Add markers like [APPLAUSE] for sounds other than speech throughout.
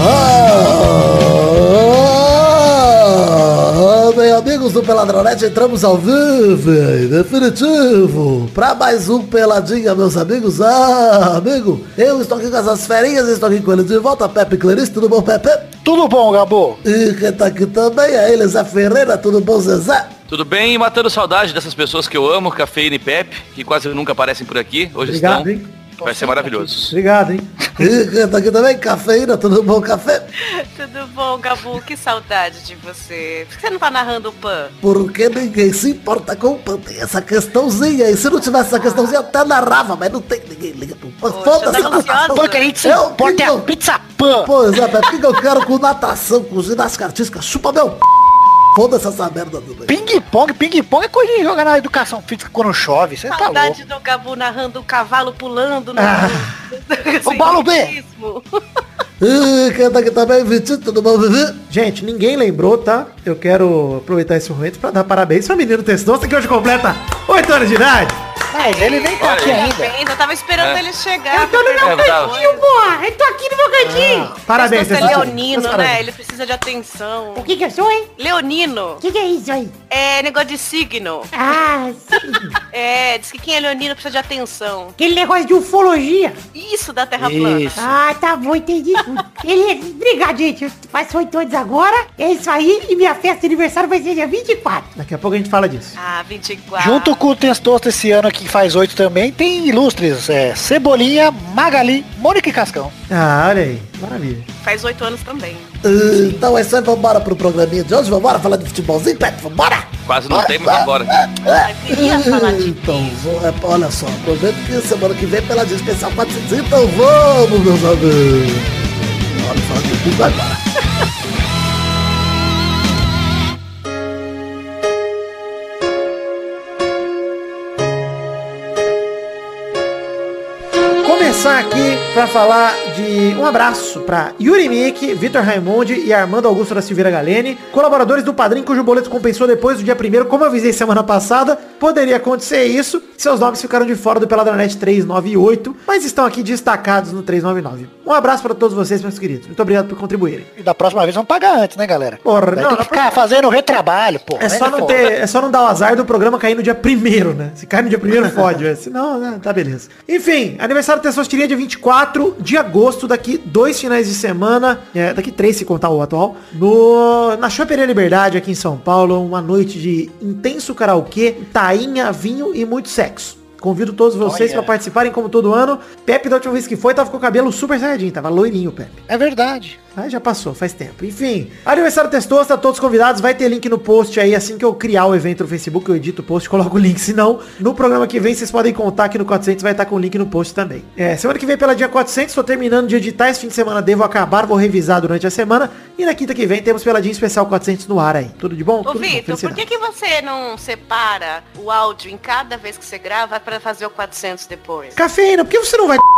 Ah, amigos do Peladronete, entramos ao vivo, e definitivo, pra mais um Peladinha, meus amigos. Ah, amigo, eu estou aqui com essas ferinhas, estou aqui com ele de volta, Pepe Clarice, tudo bom, Pepe? Tudo bom, Gabo? E quem tá aqui também é ele, Zé Ferreira, tudo bom, Zezé? Tudo bem? E matando saudade dessas pessoas que eu amo, Cafeína e Pepe, que quase nunca aparecem por aqui. Hoje Obrigado, estão. hein? Vai ser maravilhoso. Obrigado, hein? E quem tá aqui também, Cafeína, tudo bom, Café? [LAUGHS] Tudo bom, Gabu? Que saudade de você. Por que você não tá narrando o Pan? Porque ninguém se importa com o Pan, tem essa questãozinha, e se não tivesse essa questãozinha, eu até narrava, mas não tem, ninguém liga pro Pan, Poxa, foda-se. tá ansiosa? Pô, que a gente se Eu- importa é a eu- pizza pan. Pois é, Pepe, o que eu quero com natação, com ginástica artística? Chupa meu p... Foda-se essa merda do bem. Ping-pong, ping-pong é coisa de jogar na educação física quando chove, você tá Saudade louco. do Gabu narrando o cavalo pulando no. [LAUGHS] Ah. Sem O Paulo B. ritmo. Ih, quem tá aqui também, Vitinho, tudo bom, Vivi? Gente, ninguém lembrou, tá? Eu quero aproveitar esse momento pra dar parabéns pra menino Testosta que hoje completa 8 anos de idade. Mas ele nem tá Olha aqui aí. ainda. Parabéns, eu tava esperando É. Ah. ele chegar. Eu tô no meu Porque- cantinho, Porra, eu tô aqui no meu cantinho. Parabéns, Testosta é Testosta. leonino, Meus né? parabéns. Ele precisa de atenção. O que que eu sou, hein? Leonino O que que é isso aí? é negócio de signo. Ah, sim. É, diz que quem é leonino precisa de atenção. aquele negócio de ufologia. Isso da Terra plana. Isso. Ah, tá bom, entendi tudo. Ele, é obrigado, gente. Eu faço 8 anos agora. É isso aí. E minha festa de aniversário vai ser dia 24. Daqui a pouco a gente fala disso. Ah, 24. Junto com o Testosta esse ano que faz oito também, tem ilustres, é, Cebolinha, Magali, Mônica e Cascão. Ah, olha aí. Maravilha. Faz oito anos também. Ih, Então é isso aí, vambora pro programinha de hoje, vambora falar de futebolzinho, Pepe, vambora! Quase não tem, mas vambora. É. Ah, eu queria falar de Então, vou, é, olha só, aproveito que semana que vem pela dia especial 400, então vamos, meus amigos! Bora falar de tudo agora. Começar aqui pra falar de um abraço pra Yuri Mick, Vitor Raimondi e Armando Augusto da Silveira Galene, colaboradores do Padrim cujo boleto compensou depois do dia 1 como eu avisei semana passada. Poderia acontecer isso, seus nomes ficaram de fora do Peladranet 398, mas estão aqui destacados no 399. Um abraço pra todos vocês, meus queridos. Muito obrigado por contribuírem. E da próxima vez vamos pagar antes, né, galera? Porra, Vai não, ter que na ficar fazendo retrabalho, pô. É só, não ter, é só não dar o azar do programa cair no dia primeiro, né? Se cair no dia primeiro, fode. é. Se não, né? tá beleza. Enfim, aniversário da Tessostiria dia 24 de agosto, daqui dois finais de semana, é, daqui três se contar o atual, no, na Choperia Liberdade, aqui em São Paulo, uma noite de intenso karaokê, tainha, vinho e muito sexo. Convido todos vocês Olha. pra participarem como todo ano. Pepe, da última vez que foi, tava com o cabelo super saiyajin, tava loirinho, Pepe. É verdade. Ah, já passou, faz tempo. Enfim, aniversário Testosta, todos convidados, vai ter link no post aí, assim que eu criar o evento no Facebook, eu edito o post, [LAUGHS] coloco o link, se não, no programa que vem vocês podem contar aqui no 400, vai estar com o link no post também. É, semana que vem pela dia 400, tô terminando de editar, esse fim de semana devo acabar, vou revisar durante a semana, e na quinta que vem temos peladinha especial 400 no ar aí. Tudo de bom? Ô Tudo de bom, Vitor, por felicidade. que, que você não separa o áudio em cada vez que você grava pra fazer o 400 depois? Cafeína, por que você não vai... [LAUGHS]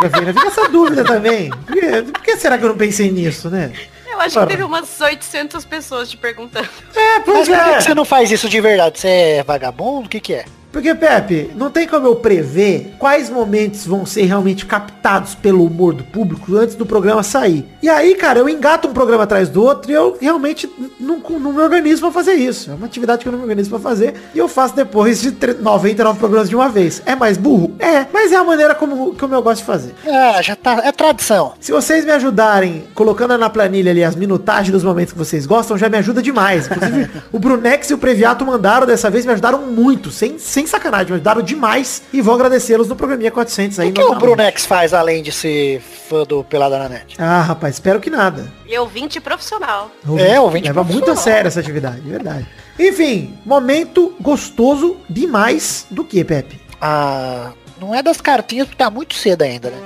Cafeína, fica essa dúvida também. Por que, por que será que eu não pensei nisso, né? Eu acho que Claro. teve umas 800 pessoas te perguntando. [LAUGHS] É, Mas por que que você não faz isso de verdade? Você é vagabundo? O que que é? Porque, Pepe, não tem como eu prever quais momentos vão ser realmente captados pelo humor do público antes do programa sair. E aí, cara, eu engato um programa atrás do outro e eu realmente n- não, não me organizo pra fazer isso. É uma atividade que eu não me organizo pra fazer e eu faço depois de tre- 99 programas de uma vez. É mais burro? É, mas é a maneira como, como eu gosto de fazer. Ah, já tá. É tradição. Se vocês me ajudarem colocando na planilha ali as minutagens dos momentos que vocês gostam, já me ajuda demais. Inclusive, [LAUGHS] o Brunex e o Previato mandaram dessa vez, me ajudaram muito, sem, sem sacanagem, me ajudaram demais. E vou agradecê-los no programinha 400 aí. O que é o novamente. Brunex faz além de ser fã do Pelada na Net? Ah, rapaz, espero que nada. E eu ouvinte profissional. É, ouvinte Leva muito a profissional. sério essa atividade, de verdade. Enfim, momento gostoso demais do que, Pepe? Ah, não é das cartinhas porque tá muito cedo ainda, né?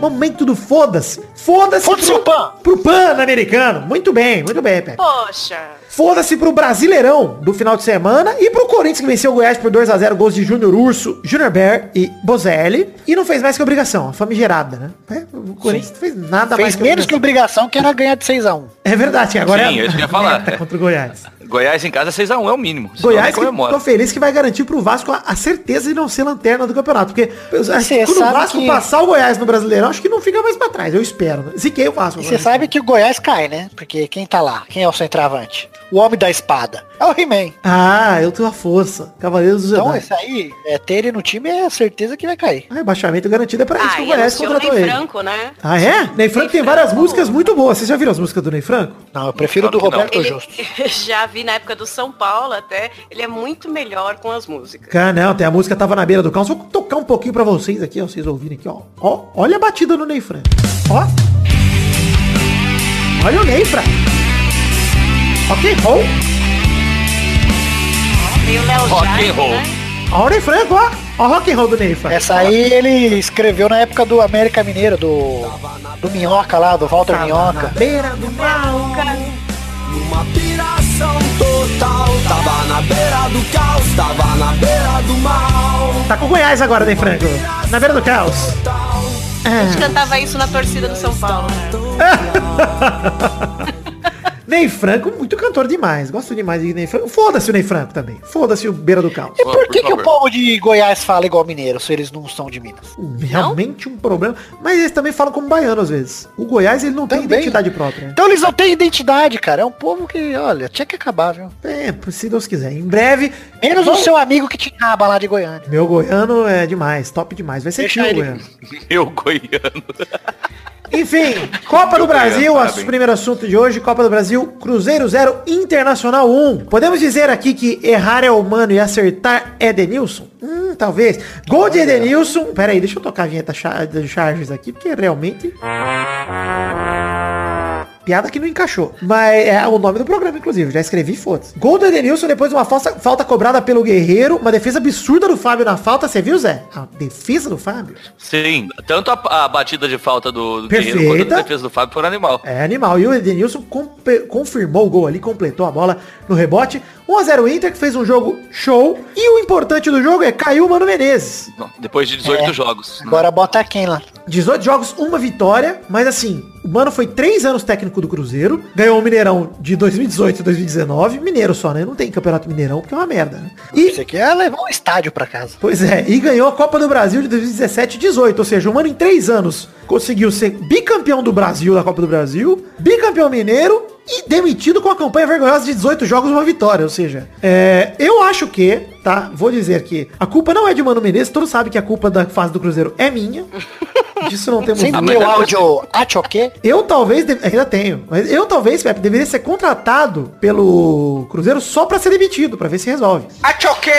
Momento do foda-se! Foda-se Foda-se o PAN. pro PAN americano. Muito bem, muito bem, Pepe. Poxa. Foda-se pro Brasileirão do final de semana e pro Corinthians que venceu o Goiás por 2x0 gols de Júnior Urso, Júnior Bear e Bozelli. E não fez mais que obrigação, a famigerada, né? É, O Corinthians não fez nada Tá mais Fez menos que obrigação que era ganhar de 6x1. É verdade, que agora Sim, é eu [LAUGHS] ia falar. meta contra o Goiás. Goiás em casa é 6x1, é o mínimo. senão Goiás, nem que tô comemora. feliz que vai garantir pro Vasco a, a certeza de não ser lanterna do campeonato. Porque acho que quando o sabe Vasco que- passar o Goiás no Brasileirão, acho que não fica mais pra trás. Eu espero. né? Ziquei o Vasco. E você agora. sabe que o Goiás cai, né? Porque quem tá lá? Quem é o centroavante? O homem da espada. É o He-Man. Ah, eu tenho a força. Cavaleiros do Então, Jedi. isso aí, é, ter ele no time é certeza que vai cair. Ah, baixamento garantido é pra isso Ah, que o e Goiás anunciou o contratou Ney ele. Franco, né? Ah, é? Ney Franco tem várias Franco. músicas muito boas. Vocês já viram as músicas do Ney Franco? Não, eu prefiro o do Claro que não. Roberto Ele- Justo. [LAUGHS] já vi na época do São Paulo até. Ele é muito melhor com as músicas. Cara, não, tem a música Tava na Beira do Caos. Vou tocar um pouquinho pra vocês aqui, ó. Vocês ouvirem aqui, ó. ó olha a batida no Ney Franco. Ó. Olha o Ney Franco. Ok, roll. Meio Léo Rock and Jaime, roll. né? Ó o Ney Franco, ó. Ó o rock and roll do Ney Franco. Essa aí ele escreveu na época do América Mineiro, do, do Minhoca lá, do Walter Tava na Minhoca. beira do mal. Numa piração total, tava na beira do caos, tava na beira do mal. Tá com Goiás agora, Ney Franco. Na beira do caos. A gente cantava isso na torcida do São Paulo, né? É. Ney Franco, muito cantor demais. Gosto demais de Ney Franco. Foda-se o Ney Franco também. Foda-se o beira do caos. E Por por que, que favor. o povo de Goiás fala igual mineiro, se eles não são de Minas? Realmente um problema. Mas eles também falam como baiano às vezes. O Goiás, ele não tem Também. identidade própria. Então eles não têm identidade, cara. É um povo que, olha, tinha que acabar, viu? É, se Deus quiser. Em breve. Menos Vamos- o seu amigo que tinha a balada de Goiânia. Meu goiano é demais, top demais. Vai ser Deixa tio ele. goiano. [LAUGHS] Eu, goiano. Enfim, Copa Meu do Brasil, goiano, nosso parabéns. primeiro assunto de hoje, Copa do Brasil, Cruzeiro 0, Internacional 1. Podemos dizer aqui que errar é humano e acertar é Denilson? Hum, talvez. Gol de Edenilson. Pera aí, deixa eu tocar a vinheta cha- de Charges aqui, porque realmente... Piada que não encaixou. Mas é o nome do programa, inclusive. Já escrevi, foda-se. Gol do Edenilson depois de uma falsa- falta cobrada pelo Guerreiro. Uma defesa absurda do Fábio na falta. Você viu, Zé? A defesa do Fábio? Sim, tanto a, a batida de falta do, do Perfeita. Guerreiro quanto a defesa do Fábio foram animal. É animal. E o Edenilson compe- confirmou o gol ali, completou a bola no rebote. 1x0 o Inter, que fez um jogo show. E o importante do jogo é caiu o Mano Menezes. Não, Depois de 18 É. jogos. né? Agora bota quem lá? 18 jogos, uma vitória. Mas assim, o Mano foi 3 anos técnico do Cruzeiro. Ganhou o Mineirão de 2018 e 2019. Mineiro só, né? Não tem campeonato Mineirão, porque é uma merda. Né? E Isso aqui é levar um estádio pra casa. Pois é, e ganhou a Copa do Brasil de 2017 e 18, ou seja, um ano em três anos. Conseguiu ser bicampeão do Brasil da Copa do Brasil, bicampeão mineiro e demitido com a campanha vergonhosa de 18 jogos e uma vitória. Ou seja, é, eu acho que, tá? Vou dizer que a culpa não é de Mano Menezes, todos sabem que a culpa da fase do Cruzeiro é minha. Disso não temos Sem dúvida. meu mas- áudio achoque, Eu talvez, deve- ainda tenho, mas eu talvez, Pepe, deveria ser contratado pelo Cruzeiro só pra ser demitido, pra ver se resolve. achoque.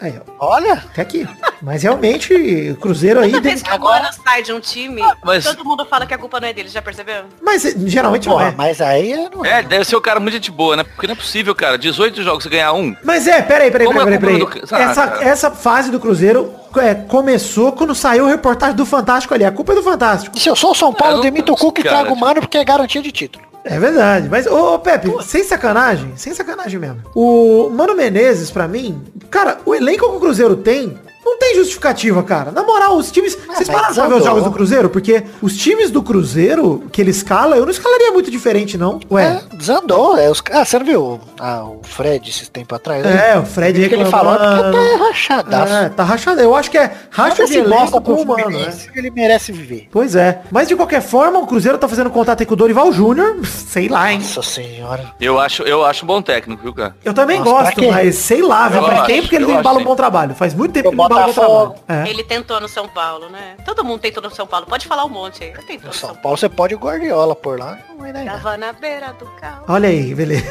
Aí, ó, Olha, até aqui. Mas realmente, o [LAUGHS] Cruzeiro aí... Toda deve- vez que agora- o Mano sai de um time, mas- todo mundo fala que a culpa não é dele, já percebeu? Mas eh, geralmente não porra, é. mas aí eu não É, deve ser o cara muito gente boa, né? Porque não é possível, cara. 18 jogos você ganhar um. Mas é, peraí, peraí, Como peraí, é peraí. culpa peraí. do Cru- Ah, Essa, tá. cara. essa fase do Cruzeiro é, começou quando saiu o reportagem do Fantástico ali. A culpa é do Fantástico. Se eu sou o São É, Eu Paulo, não- demito o Cuca e cara, trago o tipo- Mano porque é garantia de título. É verdade. Mas, ô, ô, Pepe, sem sacanagem, sem sacanagem mesmo. O Mano Menezes, pra mim, cara, o elenco que o Cruzeiro tem. Não tem justificativa, cara. Na moral, os times. vocês Ah, mas pararam pra ver os andou. jogos do Cruzeiro? Porque os times do Cruzeiro, que ele escala, eu não escalaria muito diferente, não. Ué. É, desandou. É, os... Ah, você não viu ah, o Fred esses tempo atrás? né? É, o Fred O que ele falou porque reclamando. tá rachadaço. É, tá rachado. Eu acho que é racha Manda de esse elenco bosta com pro o mano, né? Fluminense, ele merece viver. Pois é. Mas de qualquer forma, o Cruzeiro tá fazendo contato aí com o Dorival Júnior. [LAUGHS] Sei lá, hein? Nossa senhora. Eu acho, eu acho um bom técnico, viu, [LAUGHS] cara? Eu também Nossa, pra gosto, quê? mas sei lá, velho. Eu Faz acho, tempo que ele eu não embala um acho, bom trabalho. Faz muito tempo Eu que ele não embala um bom trabalho. Botafogo. É. Ele tentou no São Paulo, né? Todo mundo tentou no São Paulo. Pode falar um monte aí. Eu tentou No no São São Paulo. Paulo você pode o Guardiola por lá. Não vai dar em nada. Tava na beira do carro. Olha aí, beleza.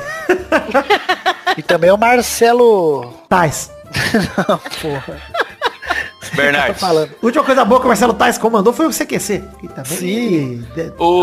E também o Marcelo. Tais. Porra. Bernardes. falando. Última coisa boa que o Marcelo Tais comandou foi o CQC. E também- Sim.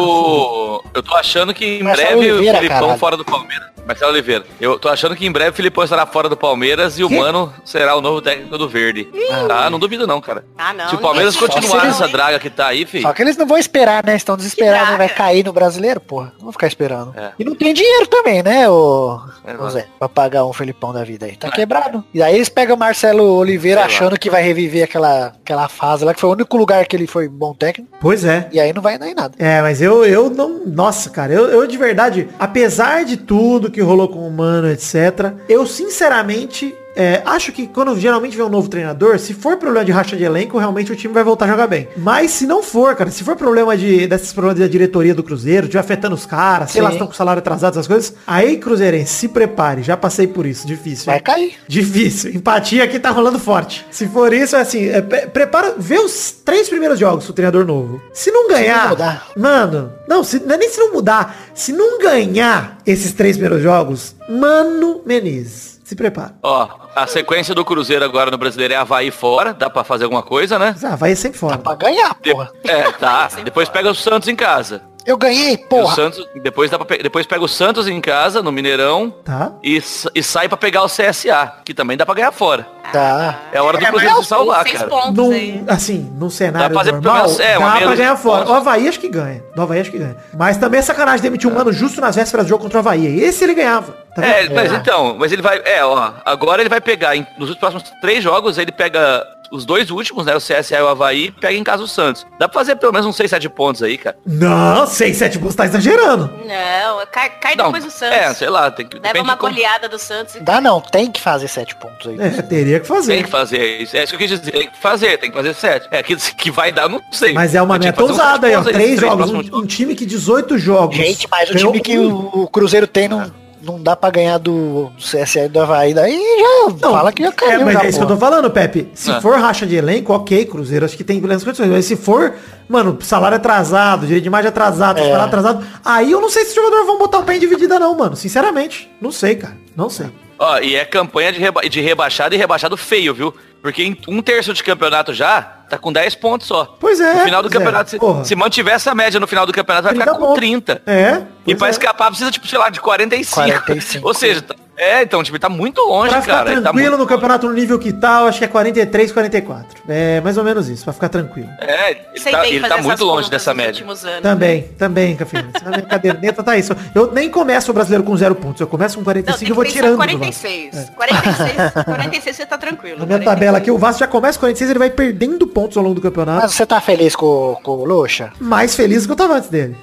O... Eu tô achando que em Marcelo breve Oliveira, o Filipão caralho. fora do Palmeiras. Marcelo Oliveira. Eu tô achando que em breve o Filipão estará fora do Palmeiras e o Que? Mano será o novo técnico do Verde. Tá? Não duvido não, cara. Ah, não, Se o Palmeiras ninguém- continuar Só se- nessa draga que tá aí, filho. Só que eles não vão esperar, né? Estão desesperados, Que né? vai draga. cair no brasileiro, porra. Não vão ficar esperando. É. E não tem dinheiro também, né, o, É, o mano. É. Zé? Pra pagar um Felipão da vida aí. Tá quebrado. E aí eles pegam o Marcelo Oliveira Sei lá. achando que vai reviver aquela, aquela fase lá, que foi o único lugar que ele foi bom técnico, Pois é. e aí não vai dar em nada. É, mas eu, eu não. Nossa, cara, eu, eu de verdade, apesar de tudo que rolou com o Mano, etc., eu sinceramente. é, acho que quando geralmente vem um novo treinador, se for problema de racha de elenco, realmente o time vai voltar a jogar bem. Mas se não for, cara, se for problema de desses problemas da diretoria do Cruzeiro, de afetando os caras, sei lá, Sim. estão com salário atrasado, essas coisas, aí, Cruzeirense, se prepare, já passei por isso, difícil. Vai hein? cair. Difícil. Empatia aqui tá rolando forte. Se for isso, é assim, é, pre- prepara, vê os três primeiros jogos do treinador novo. Se não ganhar, não mudar. mano, não, se, não é nem se não mudar, se não ganhar esses três primeiros jogos, Mano Menezes, se prepara. Ó, a sequência do Cruzeiro agora no Brasileiro é Havaí fora. Dá pra fazer alguma coisa, né? Ah, vai sempre fora. Pra ganhar, De- porra. É, tá. Depois pega o Santos em casa. Eu ganhei, E O porra. Santos, depois, dá pra pe- depois pega o Santos em casa, no Mineirão, Tá? e, sa- e sai pra pegar o CSA, que também dá pra ganhar fora. Tá. É a hora do Cara, mas Cruzeiro é se salvar, seis cara. pontos Num, aí. assim, num cenário fazer pelo normal, menos- é, uma dá pra menos ganhar de fora. pontos. O Havaí acho que ganha. Do Havaí acho que ganha. Mas também é sacanagem demitir um Mano justo nas vésperas do jogo contra o Havaí. Esse ele ganhava. Tá É, vendo? mas então, mas ele vai. É, ó, agora ele vai pegar, em- nos próximos três jogos, ele pega os dois últimos, né? O CSA e o Havaí, e pega em casa o Santos. Dá pra fazer pelo menos uns 6, 7 pontos aí, cara. Não, 6, 7 pontos tá exagerando. Não, cai, cai depois do Santos. É, sei lá, tem que. depende Leva uma de como- goleada do Santos e Dá não, tem que fazer sete pontos aí. É, teria que fazer. Tem que fazer isso. É isso que eu quis dizer. Tem que fazer, tem que fazer sete. É, que, que vai dar, eu não sei. Mas é uma Mas tinha meta que fazer uns ousada aí, ó. pontos Três nesses jogos. próximos Um, um time que 18 jogos. Gente, mas o Ganhou time que um. o, o Cruzeiro tem É. não, não dá pra ganhar do, do CSA e do Havaí, daí já Não, fala que já caiu. É, mas já, é isso que eu tô porra. falando, Pepe. Se É. for racha de elenco, ok, Cruzeiro, acho que tem plenas condições. Mas se for, mano, salário atrasado, direito de imagem atrasado, É. salário atrasado, aí eu não sei se os jogadores vão botar o pé em dividida não, mano. Sinceramente, não sei, cara. Não sei. Ó, e é campanha de, reba de rebaixado e rebaixado feio, viu? Porque em um terço de campeonato já, tá com 10 pontos só. Pois é, No final do pois é, campeonato, se- porra. se, mantiver essa média no final do campeonato, vai ficar 30 com pontos. 30. É. E pois pra é. escapar precisa, tipo, sei lá, de 45. 45. [LAUGHS] Ou seja, tá- é, então, tipo, tá muito longe, Pra ficar cara. Ele tá tranquilo muito- no campeonato no nível que tá, eu acho que é 43, 44. É mais ou menos isso, pra ficar tranquilo. É, ele sei tá, bem ele fazer tá essas muito longe contas dessa nos média. últimos anos. Também, também, Cafina. Na minha caderneta tá isso. Eu nem começo o brasileiro com zero pontos. assim Eu começo com Não, 45 tem e que vou pensar tirando. 46. [LAUGHS] 46, 46 você tá do Vasco. tranquilo. Na minha 46. tabela aqui, o Vasco já começa com 46, ele vai perdendo pontos ao longo do campeonato. Mas você tá feliz com, com o Luxa? Mais feliz do que eu tava antes dele.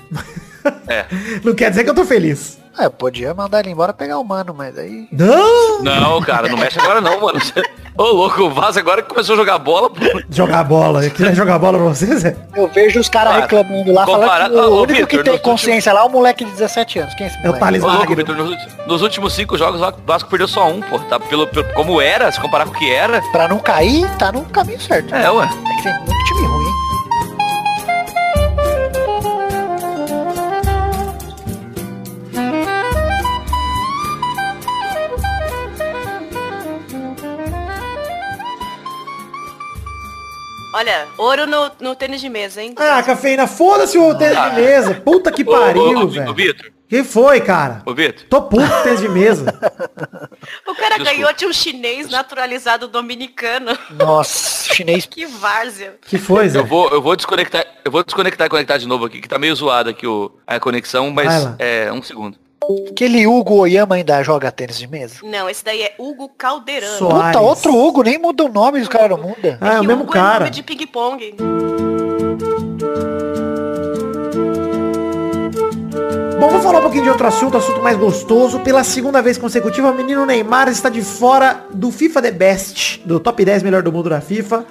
É. [LAUGHS] Não quer dizer que eu tô feliz. É, podia mandar ele embora pegar o mano, mas aí. Não! Não, cara, não mexe agora não, mano. [LAUGHS] Ô, louco, o Vasco agora que começou a jogar bola, pô. Jogar bola. Quer jogar bola pra vocês? É? Eu vejo os caras Ah, reclamando lá, falando comparado- que Ah, o ô, único que Vitor, tem nos consciência lá é o moleque de 17 anos. Quem é esse É o moleque? Thales Ô, louco, Magno. Vitor, nos, ulti- nos últimos cinco jogos, o Vasco perdeu só um, pô. Tá pelo, pelo- como era, se comparar com o que era. Pra não cair, tá no caminho certo. É, ué. É que tem muito time ruim, hein? Olha, ouro no, no tênis de mesa, hein? Ah, cafeína, foda-se o tênis de mesa. Puta que Ah. Ô, ô, ô, pariu, Ô, velho. Vitor, Que foi, cara? ô, Vitor. Tô puto com tênis de mesa. o cara desculpa. ganhou de um chinês naturalizado dominicano. Nossa, chinês. Que várzea. Que foi, Zé? Eu vou, eu vou desconectar, eu vou desconectar e conectar de novo aqui, que tá meio zoado aqui o, a conexão, Vai mas lá. é um segundo. Aquele Hugo Oyama ainda joga tênis de mesa? Não, esse daí é Hugo Calderano. Só- Soares. Puta, outro Hugo, nem muda o nome, os caras não [LAUGHS] mudam. Ah, é o que mesmo Hugo É cara. nome de ping-pong. Bom, vou falar um pouquinho de outro assunto, assunto mais gostoso. Pela segunda vez consecutiva, o menino Neymar está de fora do FIFA The Best, do top 10 melhor do mundo da FIFA.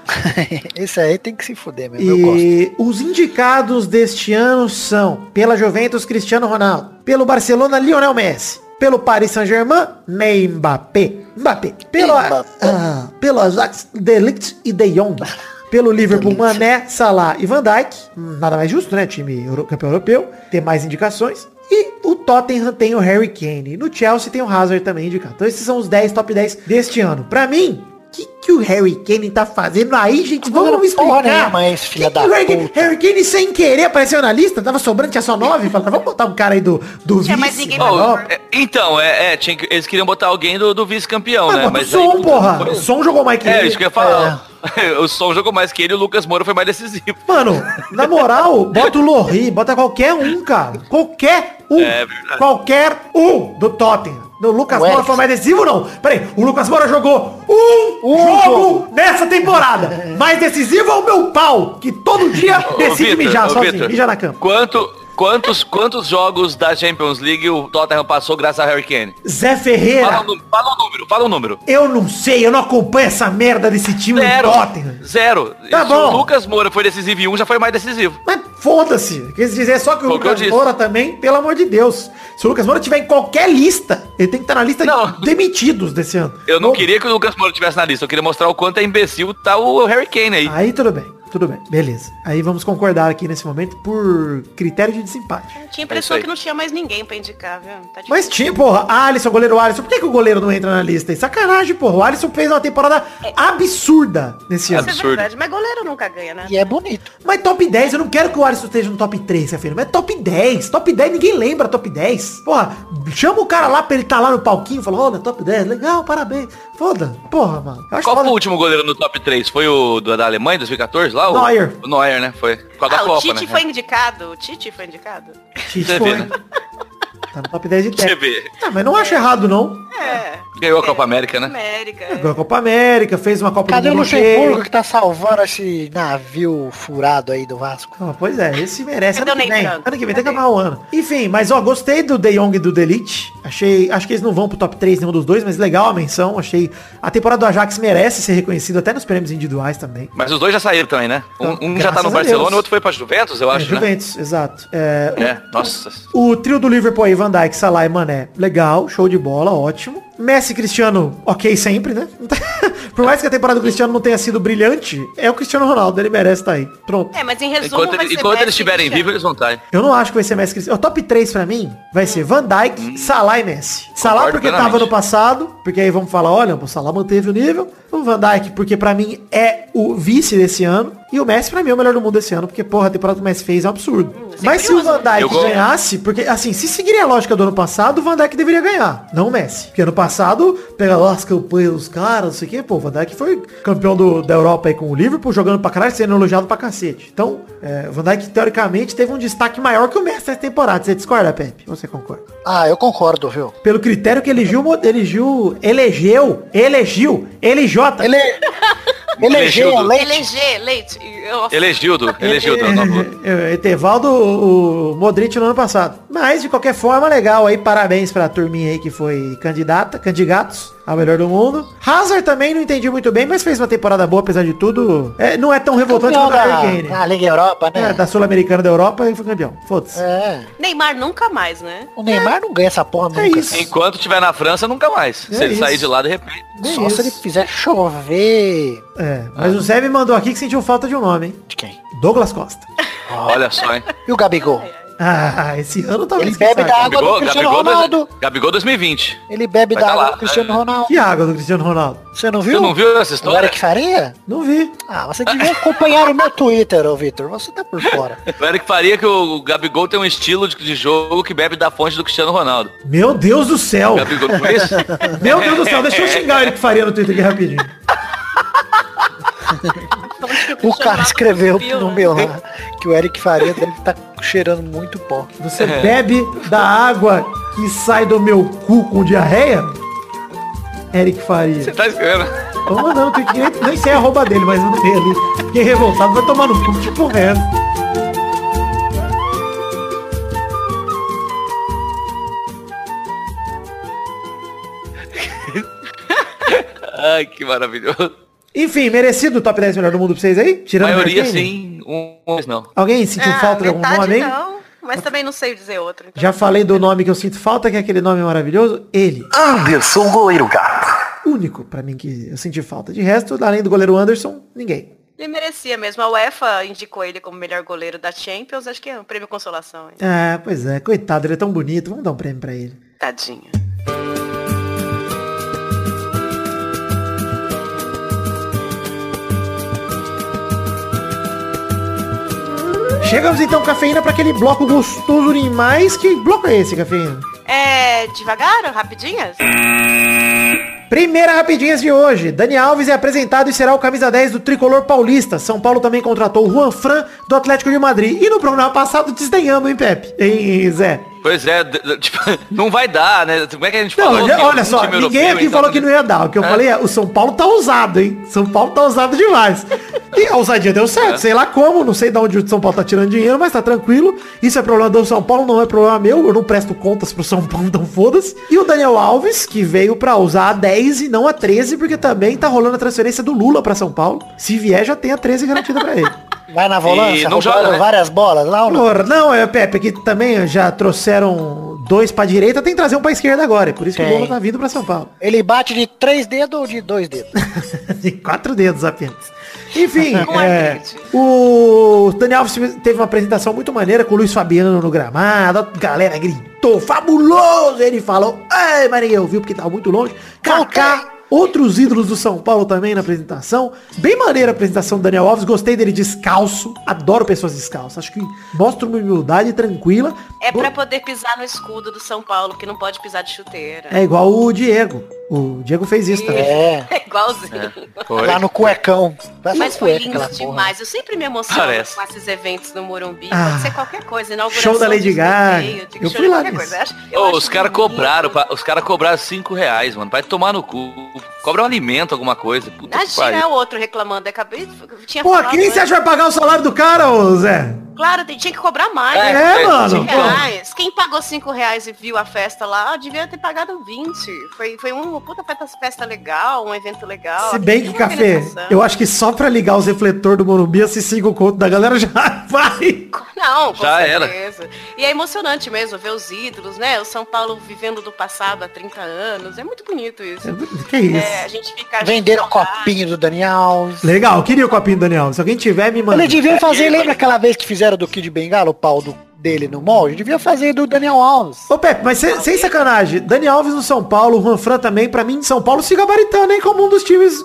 Esse aí tem que se fuder mesmo, eu gosto. E os indicados deste ano são, pela Juventus, Cristiano Ronaldo, pelo Barcelona, Lionel Messi, pelo Paris Saint-Germain, Ney Mbappé, Mbappé, pelo, Mbappé. ah, pelo Ajax, Delict e De Jong. [LAUGHS] Pelo Liverpool, Mané, Salah e Van Dijk. Hum, Nada mais justo, né? Time euro- campeão europeu. Tem mais indicações. E o Tottenham tem o Harry Kane. No Chelsea tem o Hazard também indicado. Então esses são os 10, top 10 deste ano. Pra mim, que, que o Harry Kane tá fazendo aí, gente? Vamos Porra me explicar. nenhuma, esse filho Que da que é? o Harry, Kane- puta. Harry Kane, sem querer, apareceu na lista, tava sobrando, tinha só nove, falaram, vamos botar um cara aí do, do vice. Tinha mais ninguém Ô, pra ó, pôr. é- então, é, é, tinha que- eles queriam botar alguém do, do vice-campeão, mas né? bota Mas o aí, som, puta, porra. não O foi- som É. jogou mais que É, ele. isso que eu ia falar. [LAUGHS] O Sol jogou mais que ele e o Lucas Moura foi mais [LAUGHS] decisivo. Mano, na moral, bota o Lorri, bota qualquer um, cara. Qualquer um. É verdade. qualquer um do Tottenham. O Lucas O Moura Eriks. foi mais decisivo, não? Peraí, o Lucas Moura jogou um, Um jogo, jogo. nessa temporada. Mais decisivo é o meu pau, que todo dia Ô, decide Vitor, mijar ô, sozinho, Vitor, mijar na cama. Quanto, quantos, quantos jogos da Champions League o Tottenham passou graças a Harry Kane? Zé Fala um, Ferreira, nu- fala um número, fala um número. eu não sei, eu não acompanho essa merda desse time Zero. do Hum, Tottenham. Zero. Tá Se bom. o Lucas Moura foi decisivo em um, já foi mais decisivo. Mas foda-se. Quer dizer é só que o Foi o que eu Lucas disse. Moura também, pelo amor de Deus. Se o Lucas Moura tiver em qualquer lista, ele tem que estar na lista Não. de demitidos desse ano. Eu não Bom, queria que o Lucas Moura tivesse na lista. Eu queria mostrar o quanto é imbecil tá o Harry Kane aí. Aí tudo bem, tudo bem. Beleza. Aí vamos concordar aqui nesse momento por critério de desempate. Tinha a É isso impressão aí. que não tinha mais ninguém pra indicar, viu? Tá difícil. Mas tinha, porra, Alisson, goleiro Alisson. Por que, que o goleiro não entra na lista? aí? Sacanagem, porra. O Alisson fez uma temporada absurda nesse ano. Isso é absurdo. verdade, mas goleiro nunca ganha, né? E é bonito. Mas top 10, eu não quero que o Alisson esteja no top 3, Café. Mas é top 10, top 10, ninguém lembra top 10. Porra, chama o cara lá pra ele tá lá no palquinho, fala, olha, top 10, legal, parabéns. Foda, porra, mano. Eu acho Qual foi foda. o último goleiro no top 3? Foi o do- da Alemanha, em 2014? Lá, o Neuer. O Neuer, né? Foi. Por causa Ah, da o Copa, Tite né? foi indicado? O Tite foi indicado? Tite Você foi. vê, né? [LAUGHS] Tá no top 10 [LAUGHS] de Você técnico. vê. Ah, mas não acho errado, não. É. Ganhou a Copa América, né? América. é. Ganhou a Copa América, fez uma Copa Cadê o do Mundo Luxemburgo ok. que tá salvando esse navio furado aí do Vasco? Ah, pois é, esse merece. Cadê Ano o que, Ney vem, ano Franco? que vem tem que Cadê? acabar o ano. Enfim, mas ó, gostei do De Jong e do Delete. Achei. Acho que eles não vão pro top 3 nenhum dos dois, mas legal a menção. Achei. A temporada do Ajax merece ser reconhecido até nos prêmios individuais também. Mas os dois já saíram também, né? Um, Então, um já tá graças no a Barcelona, Deus. o outro foi pra Juventus, eu É, acho, né? Juventus, exato. É, o- É, nossa. O trio do Liverpool aí, Van Dijk, Salah e Mané, legal, show de bola, ótimo. Messi e Cristiano, ok sempre, né? [LAUGHS] Por mais que a temporada do Cristiano não tenha sido brilhante, é o Cristiano Ronaldo, ele merece estar aí. Pronto. É, mas em resumo Enquanto, vai ele- ser enquanto Messi eles estiverem e vivos, eles vão estar. hein? Eu não acho que vai ser Messi e Cristiano. O top 3 pra mim vai ser Van Dijk, Salah e Messi. Salah porque plenamente. tava no passado, porque aí vamos falar, olha, o Salah manteve o nível. O Van Dijk porque pra mim é o vice desse ano. E o Messi pra mim é o melhor do mundo desse ano, porque porra, a temporada que o Messi fez é um absurdo. Mas se o Van Eu Dijk gosto. ganhasse, porque assim, se seguiria a lógica do ano passado, o Van Dijk deveria ganhar, não o Messi. Porque ano passado, pega lá as campanhas dos caras, não sei o quê, pô, o Van Dijk foi campeão do- da Europa aí com o Liverpool, jogando pra caralho, sendo elogiado pra cacete. Então, é, o Van Dijk, teoricamente, teve um destaque maior que o Messi nessa temporada. Você discorda, Pepe? Ou Você concorda? Ah, eu concordo, viu? Pelo critério que elegiu, mo- elegiu, elegeu, elegiu, LJ. [LAUGHS] Ele... Elegeu Elegido. a lei. Eleger, leite. Eu- Elegildo, Elegildo. é o [LAUGHS] nome do- É, Etevaldo, o, o Modric no ano passado. Mas, de qualquer forma, legal aí. Parabéns pra turminha aí que foi candidata, candidatos ao melhor do mundo. Hazard também não entendi muito bem, mas fez uma temporada boa, apesar de tudo. É, não é tão revoltante Campeão quanto a da, Harry Kane. da Liga Europa, É, né? da Sul-Americana da Europa e foi campeão. Foda-se. É. Neymar nunca mais, né? O Neymar não ganha essa porra nunca. É isso. cara. Enquanto estiver na França, nunca mais. É Se ele isso. sair de lá, de repente. É Só isso. se ele fizer chover. É, mas o Zé me mandou aqui que sentiu falta de um nome, hein? De quem? Douglas Costa. [LAUGHS] Olha só, hein? E o Gabigol? Ah, esse ano talvez. Ele bebe quem da sabe. água do Gabigol, Cristiano Gabigol, Ronaldo. dois- Gabigol 2020. Ele bebe Vai da tá água lá. do Cristiano Ronaldo. Que água do Cristiano Ronaldo? Você não viu? Você não viu essa Não era história? que faria? Não vi. Ah, você devia acompanhar o meu Twitter, ô Vitor. Você tá por [LAUGHS] fora. O Eric faria que o Gabigol tem um estilo de, de jogo que bebe da fonte do Cristiano Ronaldo. Meu Deus do céu. Gabigol não foi isso? Meu Deus do céu, [LAUGHS] deixa eu xingar ele que faria no Twitter aqui rapidinho. O cara escreveu Viu, no né? meu lá que o Eric Faria deve estar cheirando muito pó. Você bebe da água que sai do meu cu com diarreia? Eric Faria. Você tá escrevendo? Tô mandando tweet, nem, nem sei a arroba dele, mas não tem ali. Fiquei revoltado, vai tomar no cu, tipo reto. Ai, que maravilhoso. Enfim, merecido o top 10 melhor do mundo pra vocês aí? Tirando o maioria Marquinhos? sim, um, um não. Alguém sentiu Ah, falta de algum metade nome aí? não, mas também não sei dizer outro. então. Já falei do nome que eu sinto falta, que é aquele nome maravilhoso. Ele. Anderson Goleiro Gato. Único pra mim que eu senti falta. De resto, além do goleiro Anderson, ninguém. Ele merecia mesmo. A UEFA indicou ele como melhor goleiro da Champions. Acho que é um prêmio consolação. hein? Ah, pois é, coitado, ele é tão bonito. Vamos dar um prêmio pra ele. Tadinho. Chegamos então, cafeína, para aquele bloco gostoso demais. Que bloco é esse, cafeína? É devagar ou rapidinhas? Primeira rapidinhas de hoje. Dani Alves é apresentado e será o camisa 10 do tricolor paulista. São Paulo também contratou o Juan Fran do Atlético de Madrid. E no programa passado desdenhamos, hein, Pepe? Hein, Zé? Pois é, d- d- tipo, [LAUGHS] não vai dar, né? Como é que a gente Não, falou? olha, que olha um só, time ninguém europeu, aqui então, falou que não ia dar. O que eu É. falei é, o São Paulo tá ousado, hein? São Paulo tá ousado demais. E a ousadia deu certo, É. sei lá como, não sei de onde o São Paulo tá tirando dinheiro, mas tá tranquilo. Isso é problema do São Paulo, não é problema meu, eu não presto contas pro São Paulo, [LAUGHS] então foda-se. E o Daniel Alves, que veio pra usar a 10 e não a 13, porque também tá rolando a transferência do Lula pra São Paulo. Se vier, já tem a 13 garantida [LAUGHS] pra ele. Vai na volância, não roubaram joga, né? várias bolas lá ou não? Porra, não, é, Pepe, que também já trouxeram dois pra direita, tem que trazer um pra esquerda agora, é por isso que o Tem. Lula tá vindo pra São Paulo. Ele bate de três dedos ou de dois dedos? [LAUGHS] de quatro dedos apenas. Enfim, [LAUGHS] Com é, artrite. o Daniel Alves teve uma apresentação muito maneira com o Luiz Fabiano no gramado, a galera gritou, fabuloso! Ele falou, ei, mas ninguém ouviu porque tava muito longe. Kaká, outros ídolos do São Paulo também na apresentação. Bem maneira a apresentação do Daniel Alves, gostei dele descalço, adoro pessoas descalças, acho que mostra uma humildade tranquila. É Go- pra poder pisar no escudo do São Paulo, que não pode pisar de chuteira. é igual o Diego, o Diego fez isso também. É. [LAUGHS] É igualzinho. Tá Foi. Lá no é cuecão. Parece Mas um foi cueca lindo aquela porra. demais. Eu sempre me emociono Parece. com esses eventos no Morumbi. Ah, Pode ser qualquer coisa. Inauguração show da Lady de Gaga. sorteio, de Eu show fui de lá qualquer nesse. coisa. Eu acho- eu Ô, acho os caras bonito. cobraram, pa- os caras cobraram 5 reais, mano. Vai tomar no cu. Cobra um alimento, alguma coisa. Puta que Imagina pariu. o outro reclamando. Acabei, tinha Pô, falado quem você antes. acha que vai pagar o salário do cara, ô Zé? Claro, tinha que cobrar mais. É, né? mano. Cinco cinco reais. Quem pagou 5 reais e viu a festa lá, ah, devia ter pagado 20. Foi, foi uma puta festa, festa legal, um evento legal. Se bem que, Uma Café, organização. eu acho que só pra ligar os refletores do Morumbi, esses cinco conto da galera já [LAUGHS] vai. Não, com Já era. certeza. E é emocionante mesmo ver os ídolos, né? O São Paulo vivendo do passado há 30 anos. É muito bonito isso. Que isso. É, a gente fica. Venderam o saudade. copinho do Daniel Alves. Legal, queria o copinho do Daniel. Se alguém tiver, me manda. Ele é devia fazer, lembra aquela vez que fizeram do Kid Bengala, o pau do- dele no molde? Devia fazer do Daniel Alves. Ô Pepe, mas sem, sem sacanagem, Dani Alves no São Paulo, Juan Fran também, pra mim, São Paulo se gabaritando, hein, como um dos times,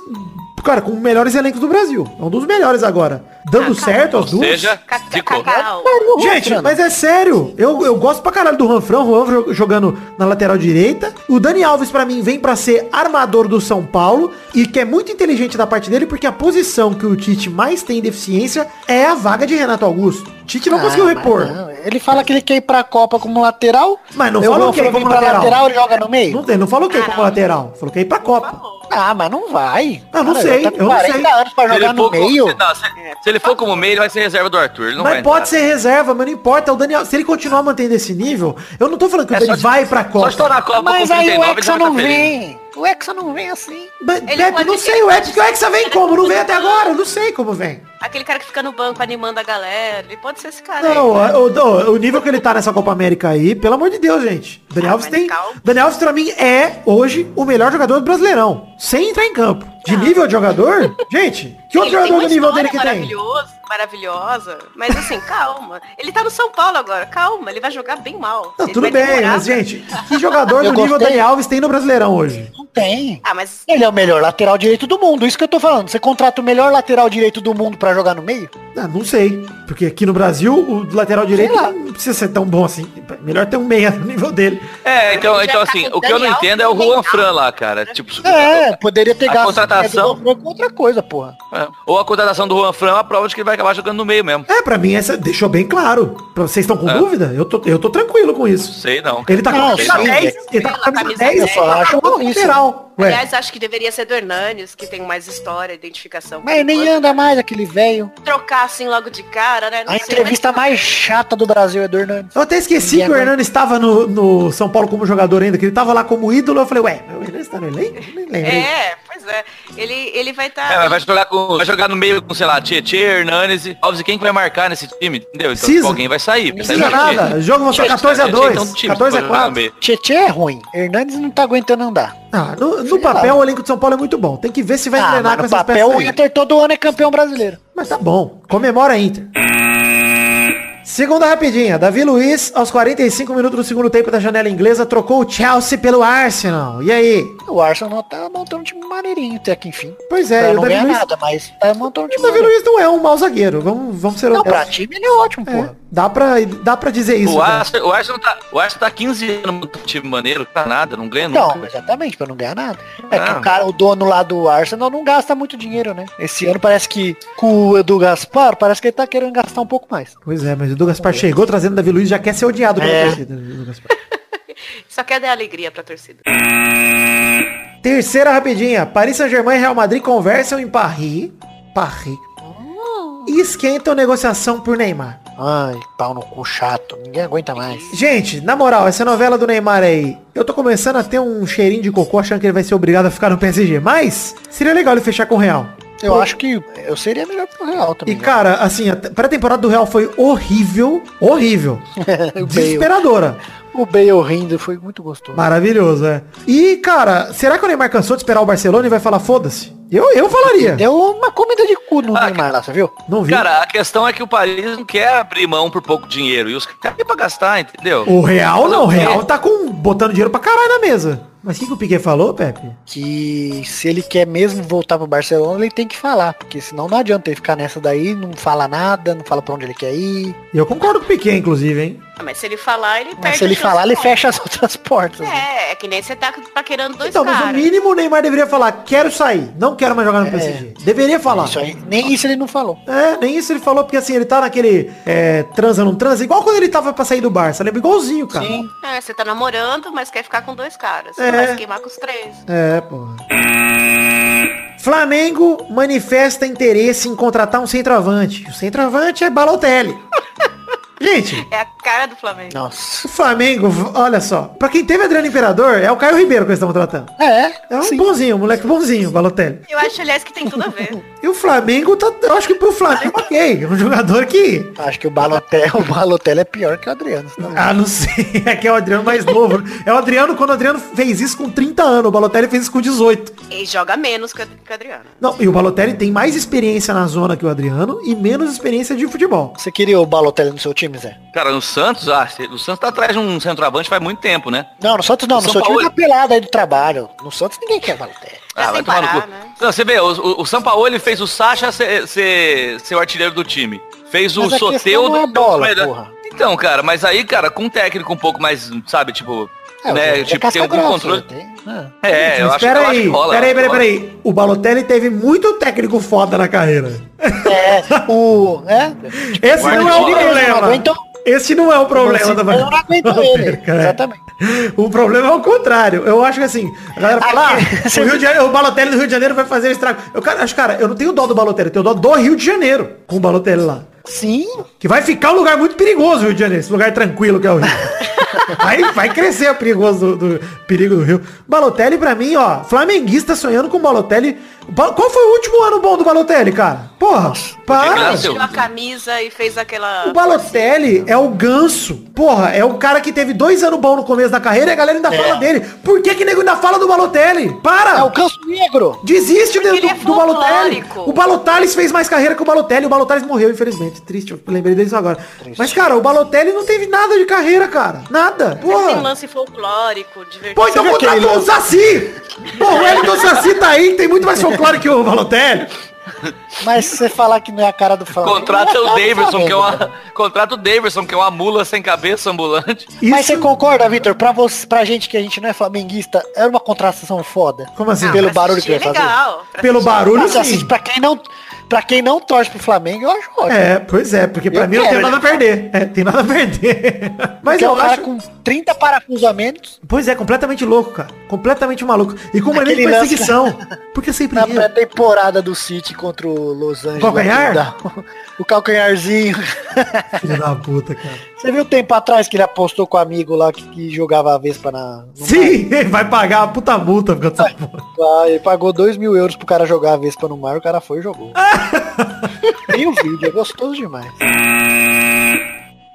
cara, com melhores elencos do Brasil. É um dos melhores agora. Ah, Dando certo aos duas. Seja, Ca- ficou. Cacau. Gente, mas é sério. Eu, eu gosto pra caralho do Ranfrão. O Ranfrão jogando na lateral direita. O Dani Alves, pra mim, vem pra ser armador do São Paulo. E que é muito inteligente da parte dele, porque a posição que o Tite mais tem deficiência é a vaga de Renato Augusto. O Tite não conseguiu repor. Não, Ah, Não, Ele fala que ele quer ir pra Copa como lateral. Mas não eu falou vou- que ele eu vou como pra lateral. lateral, ele joga no meio? tem- não falou que ia como Caralho. lateral. Falou que ia ir pra Copa. Ah, mas não vai. Ah, não Cara, já sei, tá com eu não sei. 40 anos pra Se jogar ele, é no for como, meio. se, não, se- se ele for como meio, ele vai ser reserva do Arthur. Ele não Mas vai pode entrar. ser reserva, mas não importa. O Daniel, se ele continuar mantendo esse nível, eu não tô falando que É o só Dani de- vai pra Só Copa. estou na Copa Mas com aí o 39, Hexa ele já não tá feliz. vem. O Hexa não vem assim. Mas, Ele Pepe, pode- não sei o Edson, porque o Edson vem como? Não vem até agora, eu não sei como vem. Aquele cara que fica no banco animando a galera. Ele pode ser esse cara. aí. Não, o, o- o nível que ele tá nessa Copa América aí, pelo amor de Deus, gente. Daniel Ah, Alves mas tem. calma. Daniel Alves, pra mim, é hoje o melhor jogador do Brasileirão. Sem entrar em campo. De nível de jogador, gente, que Ele outro tem jogador uma do nível dele história que tem? maravilhoso- Maravilhosa. Mas assim, [LAUGHS] calma. Ele tá no São Paulo agora. Calma, ele vai jogar bem mal. Não, Ele tudo vai bem, demorar né? mas, pra- gente, que jogador Eu do nível gostei. Daniel Alves tem no Brasileirão hoje? Não tem. Ah, mas Ele é o melhor lateral direito do mundo, isso que eu tô falando. Você contrata o melhor lateral direito do mundo pra jogar no meio? Ah, não sei. Porque aqui no Brasil, o lateral direito lá. não precisa ser tão bom assim. Melhor ter um meia no nível dele. É, então, Já então tá assim, com o que eu não Daniel entendo é o Alves Juan legal. Fran lá, cara. Tipo, É, poderia ter A gasto contratação- dinheiro com outra coisa, porra. é. ou a contratação do Juan Fran é uma prova de que ele vai acabar jogando no meio mesmo. É, pra mim, essa deixou bem claro. Pra vocês estão com É. dúvida? Eu tô, eu tô tranquilo com isso. Sei não. Ele tá com Não, a camisa sim, 10. é. Ele tá com a camisa Camisa 10. Eu só ele tá acho com a isso. lateral. Ué, é Aliás, acho que deveria ser do Hernanes, que tem mais história, identificação. Mas nem Enquanto anda mais aquele velho. Trocar assim logo de cara, né? Não A sei, entrevista mas- mais chata do Brasil é do Hernandes. eu até esqueci Ninguém que o aguenta. Hernani estava no, no São Paulo como jogador ainda, que ele tava lá como ídolo. Eu falei, ué, o Hernani tá no elenco? Nem lembrei. É, pois é. Ele, ele vai tá- estar. É, mas vai jogar, com, vai jogar no meio com, sei lá, Tietchan, Hernanes e Alves. e Quem que vai marcar nesse time? Entendeu? Então, Precisa. alguém vai sair. Vai Não sair precisa o Tietê. nada. O jogo vai ser 14 a Tietê, então, do 2 time, 14 a pra jogar no 4 meio. Tietê é ruim. Hernandes não tá aguentando andar. Ah, no, no papel, o elenco de São Paulo é muito bom. Tem que ver se vai Ah, engrenar mas com no essas papel, peças o aí. tá Inter todo ano é campeão brasileiro. Mas tá bom. Comemora a Inter. Segunda rapidinha. Davi Luiz, aos 45 minutos do segundo tempo da janela inglesa, trocou o Chelsea pelo Arsenal. E aí? O Arsenal tá montando um time maneirinho até que enfim. Pois é, Pra e o não Davi ganhar Luiz... nada, mas tá montando um O time Davi maneiro. Luiz não é um mau zagueiro. Vamos, vamos ser Não, pra time ele é ótimo, É, porra. dá, pra, dá pra dizer isso. O né? Arsenal, o, Arsenal tá, o Arsenal tá 15 anos no time maneiro, tá nada, não ganha nunca. Então, exatamente, pra não ganhar nada. É que Ah. o cara, o dono lá do Arsenal não gasta muito dinheiro, né? Esse ano parece que com o Edu Gaspar, parece que ele tá querendo gastar um pouco mais. Pois é, mas o Edu Gaspar chegou trazendo o Davi Luiz já quer ser odiado pela É. torcida. né, Edu Gaspar. Só quer dar alegria pra torcida. Terceira rapidinha. Paris Saint-Germain e Real Madrid conversam em Paris. Paris. E esquentam negociação por Neymar. Ai, pau no cu chato. Ninguém aguenta mais. Gente, na moral, essa novela do Neymar aí, eu tô começando a ter um cheirinho de cocô achando que ele vai ser obrigado a ficar no PSG, mas seria legal ele fechar com o Real. Eu acho que eu seria melhor pro Real E também. né? cara, assim, a pré-temporada do Real foi horrível, [LAUGHS] horrível, o, Bale, desesperadora. o Bale rindo foi muito gostoso. Maravilhoso, é. E, cara, será que o Neymar cansou de esperar o Barcelona e vai falar foda-se? Eu, eu falaria. Deu uma comida de cu no Ah, Neymar lá, você viu? Não vi. Cara, a questão é que o Paris não quer abrir mão por pouco dinheiro. E os caras têm pra gastar, entendeu? o Real não, o Real tá com botando dinheiro pra caralho na mesa. Mas o que, que o Piquet falou, Pepe? que se ele quer mesmo voltar pro Barcelona, ele tem que falar, porque senão não adianta ele ficar nessa daí, não fala nada, não fala pra onde ele quer ir. E eu concordo com o Piquet, inclusive, hein? Ah, mas se ele falar, ele Mas perde se ele a chance falar, ele de fecha as outras portas. né? É, é que nem você tá paquerando dois Então, mas o caras. mínimo o Neymar deveria falar, quero sair, não quero mais jogar no PSG. Deveria falar. Isso aí, nem isso ele não falou. É, nem isso ele falou, porque assim, ele tá naquele é, transa, não transa, igual quando ele tava pra sair do Barça, lembra? Igualzinho, cara. Sim. É, você tá namorando, mas quer ficar com dois caras. É. Você vai se queimar com os três. É, porra. Flamengo manifesta interesse em contratar um centroavante. O centroavante é Balotelli. [LAUGHS] Gente, É a cara do Flamengo. Nossa. o Flamengo, olha só. Pra quem teve Adriano Imperador, é o Caio Ribeiro que eles estão contratando. É, É um sim. bonzinho, um moleque bonzinho, Balotelli. Eu acho, aliás, que tem tudo a [LAUGHS] ver. E o Flamengo tá. Eu acho que pro Flamengo, ok. É um jogador que. Acho que o Balotelli, [LAUGHS] o Balotelli é pior que o Adriano. senão- Ah, não sei. [LAUGHS] É que é o Adriano mais novo. É o Adriano, quando o Adriano fez isso com 30 anos, o Balotelli fez isso com 18. E joga menos que o Adriano. Não, e o Balotelli tem mais experiência na zona que o Adriano e menos experiência de futebol. Você queria o Balotelli no seu time, Zé? Cara, no Santos, ah, o Santos tá atrás de um centroavante faz muito tempo, né? Não, no Santos não, no São seu time Paulo. tá pelado aí do trabalho. No Santos ninguém quer Balotelli. Ah, Tá sem parar, né? Não, você vê, o, o, o Sampaoli fez o Sacha ser, ser, ser o artilheiro do time. Fez o Mas a questão Soteudo. não é ser um dos bola, melhores- porra. Então, cara, mas aí, cara, com um técnico um pouco mais, sabe, tipo, É, o né, Zé é tipo, tem casca algum grossa, controle. tem- ah. É, eu Mas acho, que- eu peraí, acho que rola. peraí, eu acho peraí, que rola. peraí. O Balotelli teve muito técnico foda na carreira. É, o... É? Esse não é o Guardiola. problema. Então, Esse não é o problema da Você não né? aguenta [LAUGHS] ele. Exatamente. O problema é o contrário. Eu acho que assim, a galera fala, Aqui- "Ah, o, Rio de Janeiro- o Balotelli do Rio de Janeiro vai fazer o estrago. Eu cara, acho, cara, eu não tenho dó do Balotelli, eu tenho dó do Rio de Janeiro com o Balotelli lá. Sim, Que vai ficar um lugar muito perigoso, Rio de Janeiro. Esse lugar tranquilo que é o [LAUGHS] Rio. Aí vai crescer o perigoso do, do- perigo do Rio. Balotelli, pra mim, ó, flamenguista sonhando com o Balotelli. Ba- Qual foi o último ano bom do Balotelli, cara? Porra, para. Graças a Deus. Tirou a camisa e fez aquela... O Balotelli é o ganso. Porra, é o cara que teve dois anos bom no começo da carreira e a galera ainda fala dele. Por que que nego ainda fala do Balotelli? Para! é o canso negro. Desiste do, ele é do Balotelli. folclórico. O Balotelli fez mais carreira que o Balotelli. O Balotelli morreu, infelizmente. Triste, eu lembrei disso agora. Mas, cara, o Balotelli não teve nada de carreira, cara. Nada. Mas Tem um Porra. lance folclórico, divertido. Pô, então Você viu aquele contratou o lance? Saci. Pô, o Wellington Saci tá aí, que tem muito mais folclore que o Balotelli. Mas se você falar que não é a cara do Flamengo. Contrata não é a o cara do Davidson, que é Flamengo, uma. Contrata o Davidson, que é uma mula sem cabeça ambulante. Mas você concorda, Vitor? Pra, você, pra gente que a gente não é flamenguista, era uma contratação foda. Como assim? Pelo pra barulho que assistir vai fazer. é legal. Pelo barulho, Mas, assim, sim. pra quem não, pra quem não torce pro Flamengo, eu acho ótimo. É, pois é, porque pra Eu mim não tem quero, nada a perder. É, tem nada [LAUGHS] a perder. Mas Porque é eu um cara acho... com 30 parafusos a menos Pois é, completamente louco, cara. Completamente maluco. E com mania de Aquele lance- perseguição. Porque sempre na eu. pré-temporada do City contra o Los Angeles. né? Calcanhar? Da- O calcanharzinho. Filho da puta, cara. Você viu o tempo atrás que ele apostou com o amigo lá que, que jogava a Vespa na... no Sim, ele [LAUGHS] vai pagar uma puta multa por causa dessa porra. Ah, ele pagou 2 mil euros pro cara jogar a Vespa no mar, o cara foi e [LAUGHS] jogou. Tem o vídeo, é gostoso demais.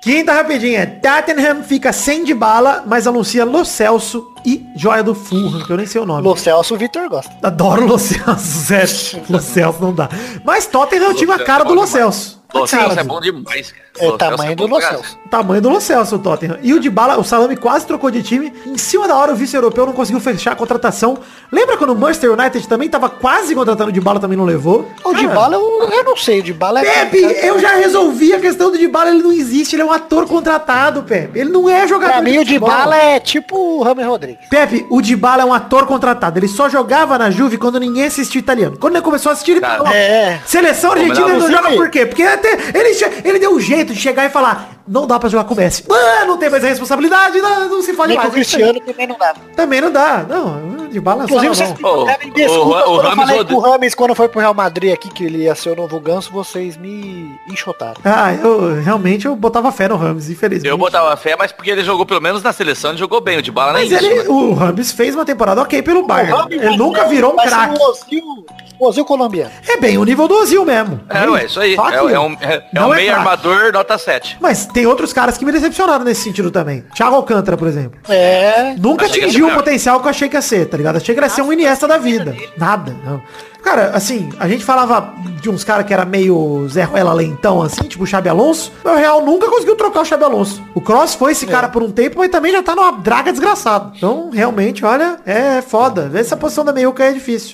Quinta rapidinha. Tottenham fica sem de bala, mas anuncia Lo Celso e Joia do Fulham, que eu nem sei o nome. Lo Celso, o Vitor gosta. [LAUGHS] Adoro o Lo Celso, Zé. Lo Celso não dá. Mas Tottenham é o time a um cara do Lo Celso. Los Celso Cara, é bom demais, cara. É o Los Celso tamanho do bom Los pra Celso. O tamanho do Lo Celso, o Tottenham. E o de bala, o Salame quase trocou de time. Em cima da hora, o vice-europeu não conseguiu fechar a contratação. Lembra quando o Manchester United também tava quase contratando o de bala, também não levou? O de Cara, bala, eu, eu não sei. O de bala é. Ah. Pepe, eu já resolvi a questão do de bala, ele não existe, ele é um ator contratado, Pepe. Ele não é jogador Pra mim, o de futebol. bala é tipo o Rami Rodrigues. Pepe, o Dybala é um ator contratado. Ele só jogava na Juve quando ninguém assistia italiano. Quando ele começou a assistir, ele Cara, falou, é. Seleção argentina Combinava ele não você joga aí. por quê? Porque até ele, che- ele deu um jeito de chegar e falar, não dá pra jogar com o Messi. Ah, não tem mais a responsabilidade, não, não se fala Nem com o mais. Cristiano também não dá. Também não dá. Não, de bala Inclusive, vocês não. me devem Ô, desculpas o- o quando eu Ramos falei Rodri- que o Rames, quando foi pro Real Madrid aqui, que ele ia ser o novo ganso, vocês me enxotaram. Ah, eu realmente eu botava fé no Rams, infelizmente. Eu botava fé, mas porque ele jogou pelo menos na seleção, ele jogou bem. O de bala nem Mas isso. é ele, né? o Rams fez uma temporada ok pelo O Bayern. Ramos Ele vai nunca ser- virou um vai ser craque. O Ozil- o Ozil colombiano. É bem o nível do Ozil mesmo. um- É, ué, isso aí. Só É, aquilo. é um, é, é Não um é meio craque. armador nota 7. Mas tem outros caras que me decepcionaram nesse sentido também. Thiago Alcântara, por exemplo. É. Nunca Achei que atingiu era o melhor. potencial que eu achei que ia ser, tá ligado? Achei que ele ia ser um Iniesta da vida. Nada, não. Cara, assim, a gente falava de uns caras que era meio Zé Ruela lentão, assim, tipo o Xabi Alonso. Mas o Real nunca conseguiu trocar o Xabi Alonso. O Cross foi É. esse cara por um tempo, mas também já tá numa draga desgraçada. Então, realmente, olha, é foda. Ver essa posição da meiuca é difícil.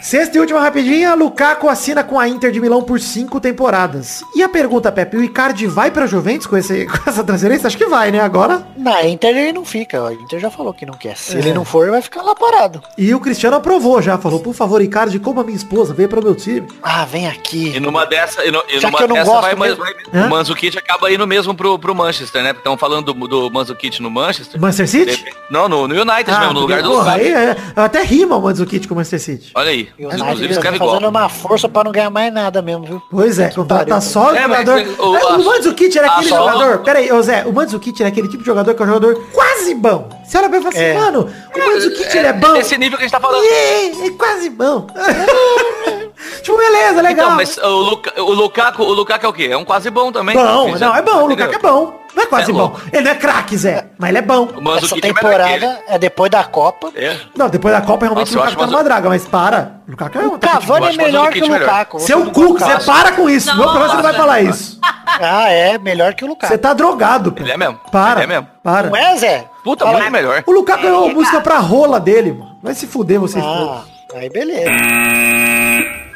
Sexta e última rapidinha, Lukaku assina com a Inter de Milão por cinco temporadas. E a pergunta, Pepe, o Icardi vai pra Juventus com, esse- [LAUGHS] com essa transferência? Acho que vai, né? Agora Na Inter ele não fica. A Inter já falou que não quer. Se É. ele não for, vai ficar lá parado. E o Cristiano aprovou já, falou, por favor, Icardi, como a minha esposa, veio para o meu time. Ah, vem aqui. E numa dessa, e no- e Já numa que eu não dessa gosto vai, mas, mesmo. Hã? o Manzukic acaba indo mesmo pro, pro Manchester, né? Estão falando do, do Manzukic no Manchester. Manchester City? Dep- Não, no, no United Ah, mesmo, no um lugar do Ah, porra, Lukaku. aí é- até rima o Mandzukic com o Manchester City. Olha aí. E o Inclusive United tá escreve fazendo igual. uma força pra não ganhar mais nada mesmo, viu? Pois é, contrata pariu. só o É, mas jogador. o- É, O a- Mandzukic era a aquele só- jogador. Pera aí, ô Zé, o Mandzukic era aquele tipo de jogador que é um jogador quase bom. Você olha pra ele e fala assim, É. mano, o Mandzukic ele é bom. Esse nível que a gente tá falando. É, é quase bom. [LAUGHS] tipo, beleza, legal. Então, mas o, Luka, o Lukaku, o Lukaku é o quê? É um quase bom também. Bom, Fizer- não, é bom, o entendeu? Lukaku é bom. Não é quase É bom. louco. Ele não é craque, Zé, mas ele é bom. O Essa Manzukic é melhor que ele. temporada é depois da Copa. É. Não, depois da Copa realmente Nossa, o eu Lukaku acho tá mais- numa draga, mas para. O Lukaku é um atacante eu Cavani é acho mais melhor o que o Lukic Lukaku. Você Seu não cu, tá- você para com isso. Meu você não vai Nossa. falar isso. Ah, é, melhor que o Lukaku. Você tá drogado. pô. Ele é mesmo. Ele Para. é mesmo. Para. Não é, Zé? Puta, Fala muito aí. melhor. O Lukaku ganhou uma música pra rola dele, mano. Vai se fuder vocês todos. Ah, aí beleza.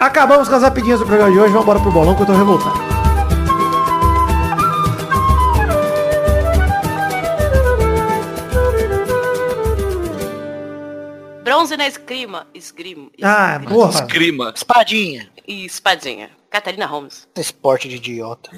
Acabamos com as rapidinhas do programa de hoje. Vamos embora pro bolão que eu tô revoltado. Bronze na esgrima. Esgrima. Ah, esgrima. porra. Crima. Espadinha. E espadinha. Catarina Holmes. Esse Esporte de idiota.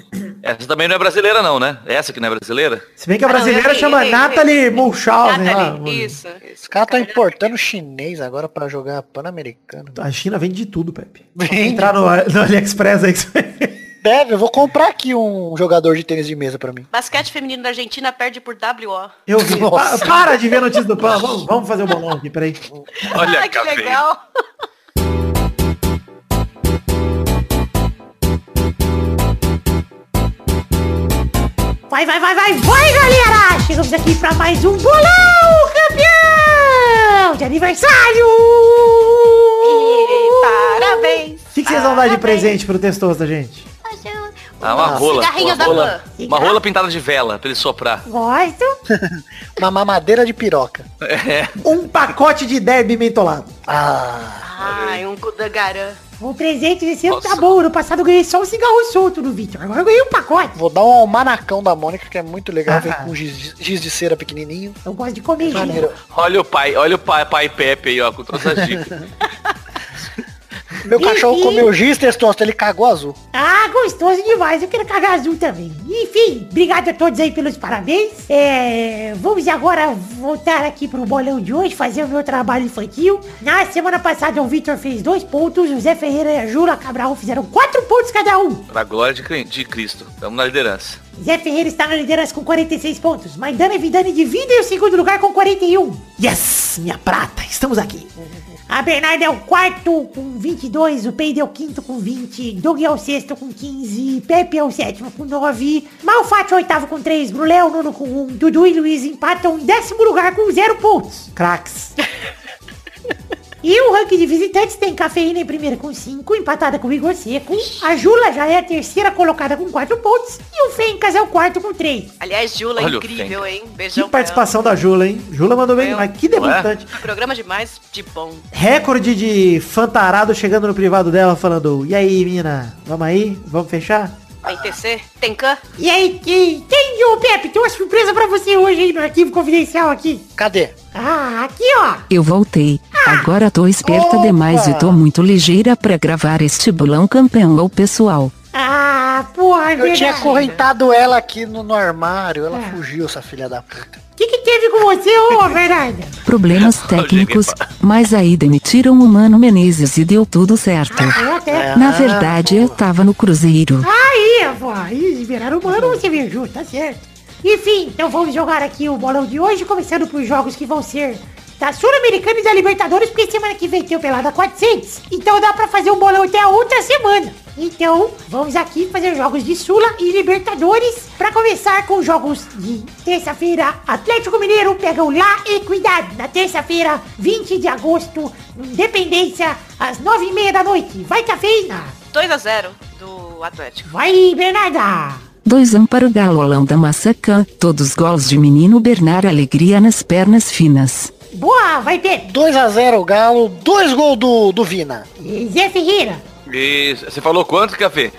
Essa também não é brasileira, não, né? Essa que não é brasileira? Se bem que a Ah, não, brasileira errei, chama errei, Nathalie errei. Munchausen. né? lá, Catarina, mano. isso. Esse cara tá importando chinês agora pra jogar Pan-Americano. A China vende de tudo, Pepe. Vende. Entrar no, no AliExpress aí. que você- Deve, eu vou comprar aqui um jogador de tênis de mesa pra mim. Basquete feminino da Argentina perde por WO. Eu vi. Pa- Nossa. para de ver notícia do Pan. Vamos, vamos fazer o bolão aqui, peraí. Olha, Ai, Ah, que café. legal. Vai, vai, vai, vai, vai, galera! Chegamos aqui pra mais um bolão campeão de aniversário! Uh! E parabéns. O que, que vocês vão dar de presente pro testoso da gente? Ah, uma rola. Cigarrinho Uma da rola, Van. uma rola pintada de vela pra ele soprar. Gosto. Uma mamadeira de piroca. Um pacote de derby mentolado. Ah, Ai, um Gudangarã. O presente desse ano tá Nossa. bom. No passado eu ganhei só um cigarro solto no vídeo. Agora eu ganhei um pacote. vou dar um almanacão da Mônica, que é muito legal. Vem Ah. com giz, giz de cera pequenininho. Eu gosto de comer Maneiro. gente. Olha o pai, olha o pai, pai Pepe aí, ó, com todas as [LAUGHS] dicas. Meu cachorro comeu giz, testosta, ele cagou azul. Ah, gostoso demais. Eu quero cagar azul também. Enfim, obrigado a todos aí pelos parabéns. É, vamos agora voltar aqui pro bolão de hoje, fazer o meu trabalho infantil. Na semana passada o Victor fez dois pontos, o Zé Ferreira e a Jura Cabral fizeram quatro pontos cada um. Pra glória de, Cri- de Cristo. Estamos na liderança. Zé Ferreira está na liderança com 46 pontos. Maidana e Vidani dividem o segundo lugar com 41. Yes, minha prata, estamos aqui. A Bernarda é o quarto com 22, o Peide é o quinto com 20, Doug é o sexto com 15, Pepe é o sétimo com 9, Malfatti é o oitavo com 3, Brulé é o nono com 1, Dudu e Luiz empatam em décimo lugar com 0 pontos. Cracks. E o ranking de visitantes tem Cafeína em primeiro com 5, empatada com o Igor Seco. A Jula já é a terceira colocada com 4 pontos. E o Fencas é o quarto com 3. Aliás, Jula, Olha o incrível, hein? Que Beijão. pra participação da Jula, hein? Jula mandou bem, Eu- mas que debutante. ela. Programa demais de bom. Recorde de fantarado chegando no privado dela falando, e aí, mina, vamos aí? Vamos fechar? Vai TC? Tem can? E aí, quem, quem ô Pepe? Tem uma surpresa pra você hoje aí no arquivo confidencial aqui. Cadê? Ah, aqui ó. Eu voltei. Agora tô esperta Opa! demais e tô muito ligeira pra gravar este bolão campeão ao pessoal. Ah, porra, é Eu tinha verdade. acorrentado ela aqui no, no armário, ela É. fugiu, essa filha da puta. O que, que teve com você, ô [LAUGHS] Fernanda? Problemas técnicos, mas aí demitiram o Mano Menezes e deu tudo certo. Eu até. Na verdade, eu tava no Cruzeiro. Aí, avó, aí liberaram o mano, você me ajuda, tá certo. Enfim, então vamos jogar aqui o bolão de hoje, começando por jogos que vão ser da Sul-Americana e da Libertadores, porque semana que vem tem o Pelada 400. Então dá pra fazer um bolão até a outra semana. Então, vamos aqui fazer jogos de Sula e Libertadores. Pra começar com jogos de terça-feira, Atlético Mineiro pega o La Equidade. Na terça-feira, 20 de agosto, Independência, às 9h30 da noite. Vai, cafeína! 2x0 do Atlético. Vai, Bernarda! 2 1 para o Galo Holanda Massacã, todos gols de menino Bernard Alegria nas pernas finas. Boa, vai Pedro. 2x0 o Galo, dois gols do, do Vina. E é Zé Ferreira. E você falou quanto, Café?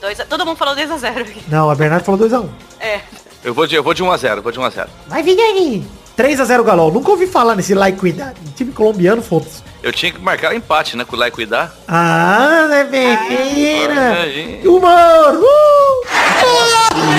Dois a- Todo mundo falou 2x0 aqui. Não, a um. Bernardo falou 2x1. É. Eu vou de, eu vou de 1x0, vou de 1x0. Vai Vidani. 3x0 Galol. Nunca ouvi falar nesse La Equidad. Um Time colombiano, foda-se. Eu tinha que marcar empate, né? Com o Lai cuidar. Ah, Zé Ferreira. Ah, gente. Humor! Uh!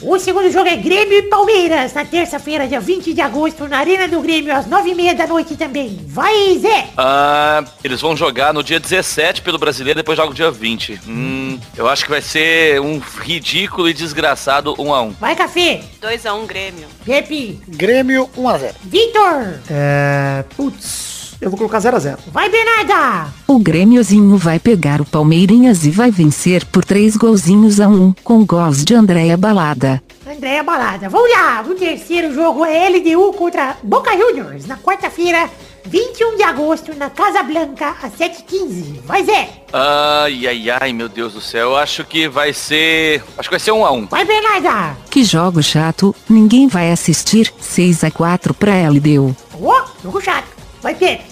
O segundo jogo é Grêmio e Palmeiras. Na terça-feira, dia 20 de agosto, na Arena do Grêmio, às 9h30 da noite também. Vai, Zé. Ah, eles vão jogar no dia 17 pelo brasileiro, depois joga o dia 20. Hum, eu acho que vai ser um ridículo e desgraçado 1x1. Vai, Café. 2x1 Grêmio. Pepe. Grêmio 1x0. Vitor. É. Putz, eu vou colocar 0x0. Vai, Bernarda. O Grêmiozinho vai pegar o Palmeirinhas e vai vencer por 3 golzinhos a 1, com gols de Andréa Balada. Andréia Balada. Vamos lá. O terceiro jogo é LDU contra Boca Juniors. Na quarta-feira, 21 de agosto, na Casa Blanca, às 7h15. Vai, Zé. Ai, ai, ai, meu Deus do céu. Eu acho que vai ser. Acho que vai ser 1x1. Vai, Bernarda. Que jogo chato, ninguém vai assistir, 6 a 4 pra LDU. Ô, jogo chato. Vai, Pedro.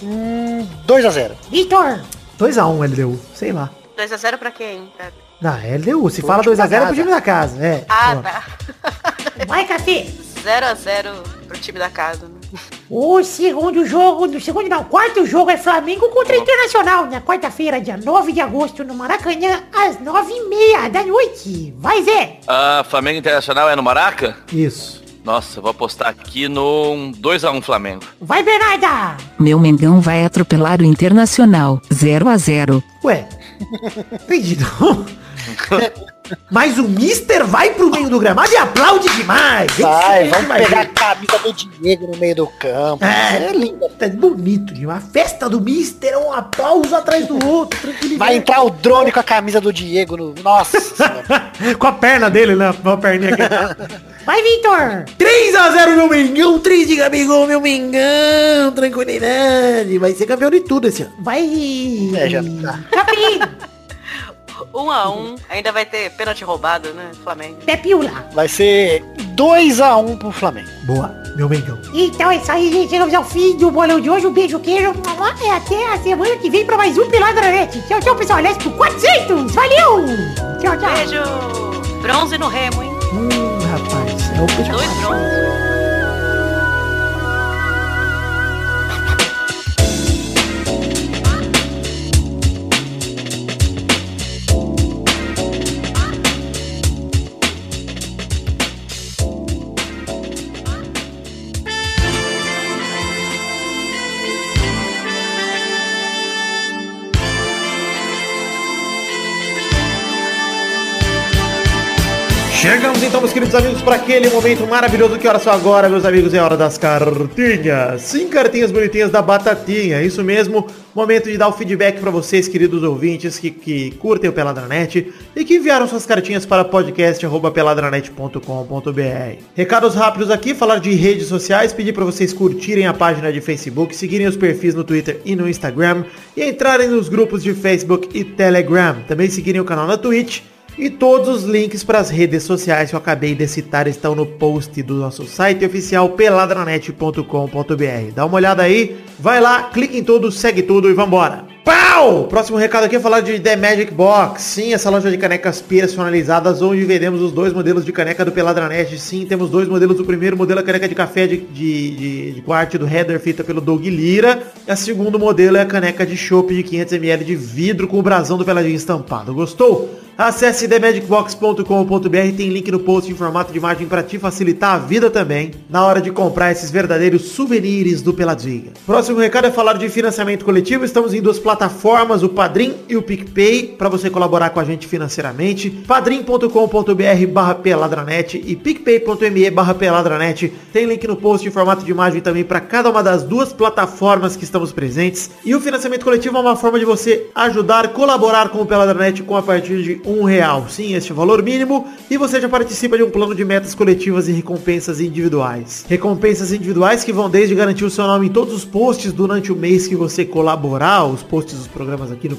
2x0. Vitor. 2x1 LDU, sei lá. 2x0 pra quem? Pra- Não, é LDU. Se Pro fala time 2x0 é da pro time da casa. É. Ah, Ó. tá. Vai, Café. 0x0 pro time da casa. né? O segundo jogo, do segundo não, quarto jogo é Flamengo contra Internacional, na quarta-feira, dia 9 de agosto, no Maracanã, às 9h30 da noite. Vai, Zé! Ah, Flamengo Internacional é no Maraca? Isso. Nossa, eu vou apostar aqui no 2x1 Flamengo. Vai, Bernarda! Meu Mengão vai atropelar o Internacional, 0 a 0. Ué. [LAUGHS] Entendi. não. Mas o Mister vai pro meio do gramado e aplaude demais. Esse Vai, é vamos demais. pegar a camisa do Diego no meio do campo. É, É lindo. Tá bonito, de uma festa do Mister, é um aplauso atrás do outro, tranquilidade. Vai entrar o drone com a camisa do Diego no. Nossa! senhora. Com a perna dele, né? Com a [LAUGHS] perninha aqui. Vai, Vitor! 3x0, meu Mengão. 3 de Gabigol, meu Mengão. Tranquilidade. Vai ser campeão de tudo esse ano. Vai... É, já tá. [LAUGHS] Capim! 1x1. [LAUGHS] Ainda vai ter pênalti roubado, né? Flamengo. Pepiula! Vai ser 2x1 pro Flamengo. Boa, meu Mengão. Então é isso aí, gente. Chegamos ao fim do bolão de hoje. Um beijo, queijo. E até a semana que vem pra mais um Peladranete. Tchau, tchau, pessoal. Aliás, pro 400! Valeu! Tchau, tchau! Beijo! Bronze no remo, hein? Hum, rapaz. É o peixe Dois bronze. Chegou a hora do Chegamos então, meus queridos amigos, para aquele momento maravilhoso. Que hora só agora, meus amigos? É hora das cartinhas. Sim, cartinhas bonitinhas da Batatinha. Isso mesmo, momento de dar o feedback para vocês, queridos ouvintes, que, que curtem o Peladranet e que enviaram suas cartinhas para podcast.peladranet.com.br. Recados rápidos aqui, falar de redes sociais, pedir para vocês curtirem a página de Facebook, seguirem os perfis no Twitter e no Instagram e entrarem nos grupos de Facebook e Telegram. Também seguirem o canal na Twitch. E todos os links para as redes sociais que eu acabei de citar estão no post do nosso site oficial peladranet.com.br. Dá uma olhada aí, vai lá, clica em tudo, segue tudo e vambora. Pau! Próximo recado aqui é falar de The Magic Box. Sim, essa loja de canecas personalizadas onde vendemos os dois modelos de caneca do Peladranet. Sim, temos dois modelos. O primeiro modelo é a caneca de café de, de, de, de quarte do Header feita pelo Doug Lira. E a segundo modelo é a caneca de chopp de 500ml de vidro com o brasão do Peladinho estampado. Gostou? Acesse themagicbox.com.br, tem link no post em formato de imagem para te facilitar a vida também na hora de comprar esses verdadeiros souvenirs do Peladinha. Próximo recado é falar de financiamento coletivo. Estamos em duas plataformas, o Padrim e o PicPay, para você colaborar com a gente financeiramente. padrim.com.br barra peladranet e picpay.me barra peladranet. Tem link no post em formato de imagem também para cada uma das duas plataformas que estamos presentes. E o financiamento coletivo é uma forma de você ajudar, colaborar com o Peladranet com a partir de um real. Sim, este é o valor mínimo. E você já participa de um plano de metas coletivas e recompensas individuais. Recompensas individuais que vão desde garantir o seu nome em todos os posts durante o mês que você colaborar, os posts dos programas aqui no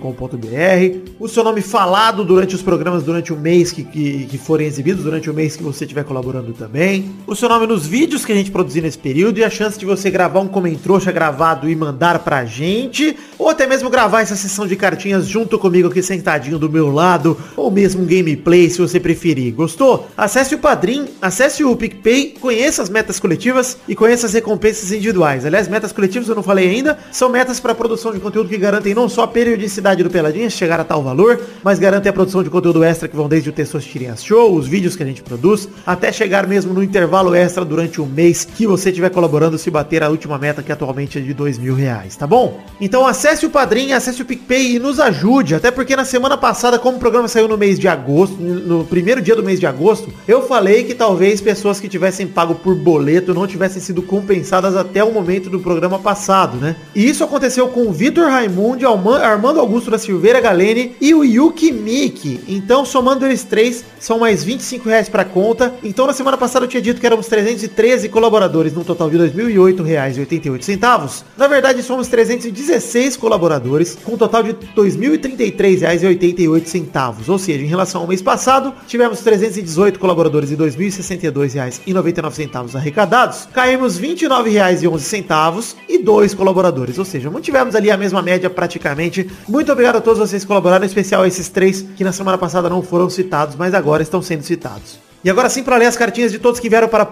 peladranet.com.br, o seu nome falado durante os programas durante o mês que, que, que forem exibidos, durante o mês que você estiver colaborando também, o seu nome nos vídeos que a gente produzir nesse período e a chance de você gravar um comentrouxa gravado e mandar pra gente, ou até mesmo gravar essa sessão de cartinhas junto comigo aqui sentadinho do meu lado, ou mesmo um gameplay se você preferir. Gostou? Acesse o Padrim, acesse o PicPay, conheça as metas coletivas e conheça as recompensas individuais. Aliás, metas coletivas eu não falei ainda, são metas para produção de conteúdo que garantem não só a periodicidade do Peladinha, chegar a tal valor, mas garantem a produção de conteúdo extra que vão desde o Tessor Tirinhas Show, os vídeos que a gente produz, até chegar mesmo no intervalo extra durante o mês que você estiver colaborando se bater a última meta que atualmente é de dois mil reais, tá bom? Então acesse o Padrim, acesse o PicPay e nos ajude, até porque na semana passada passada, como o programa saiu no mês de agosto, no primeiro dia do mês de agosto, eu falei que talvez pessoas que tivessem pago por boleto não tivessem sido compensadas até o momento do programa passado, né? E isso aconteceu com o Vitor Raimundo, Alman- Armando Augusto da Silveira Galene e o Yuki Miki. Então, somando eles três, são mais 25 reais pra conta. Então, na semana passada eu tinha dito que éramos 313 colaboradores, num total de R$ 2.008,88. Na verdade, somos 316 colaboradores, com um total de R$ 2.033,88. 88 centavos, ou seja, em relação ao mês passado, tivemos 318 colaboradores e R$ 2.062,99 arrecadados, caímos R$ 29,11 e dois colaboradores, ou seja, mantivemos ali a mesma média praticamente. Muito obrigado a todos vocês que colaboraram, em especial a esses três que na semana passada não foram citados, mas agora estão sendo citados. E agora sim, para ler as cartinhas de todos que vieram para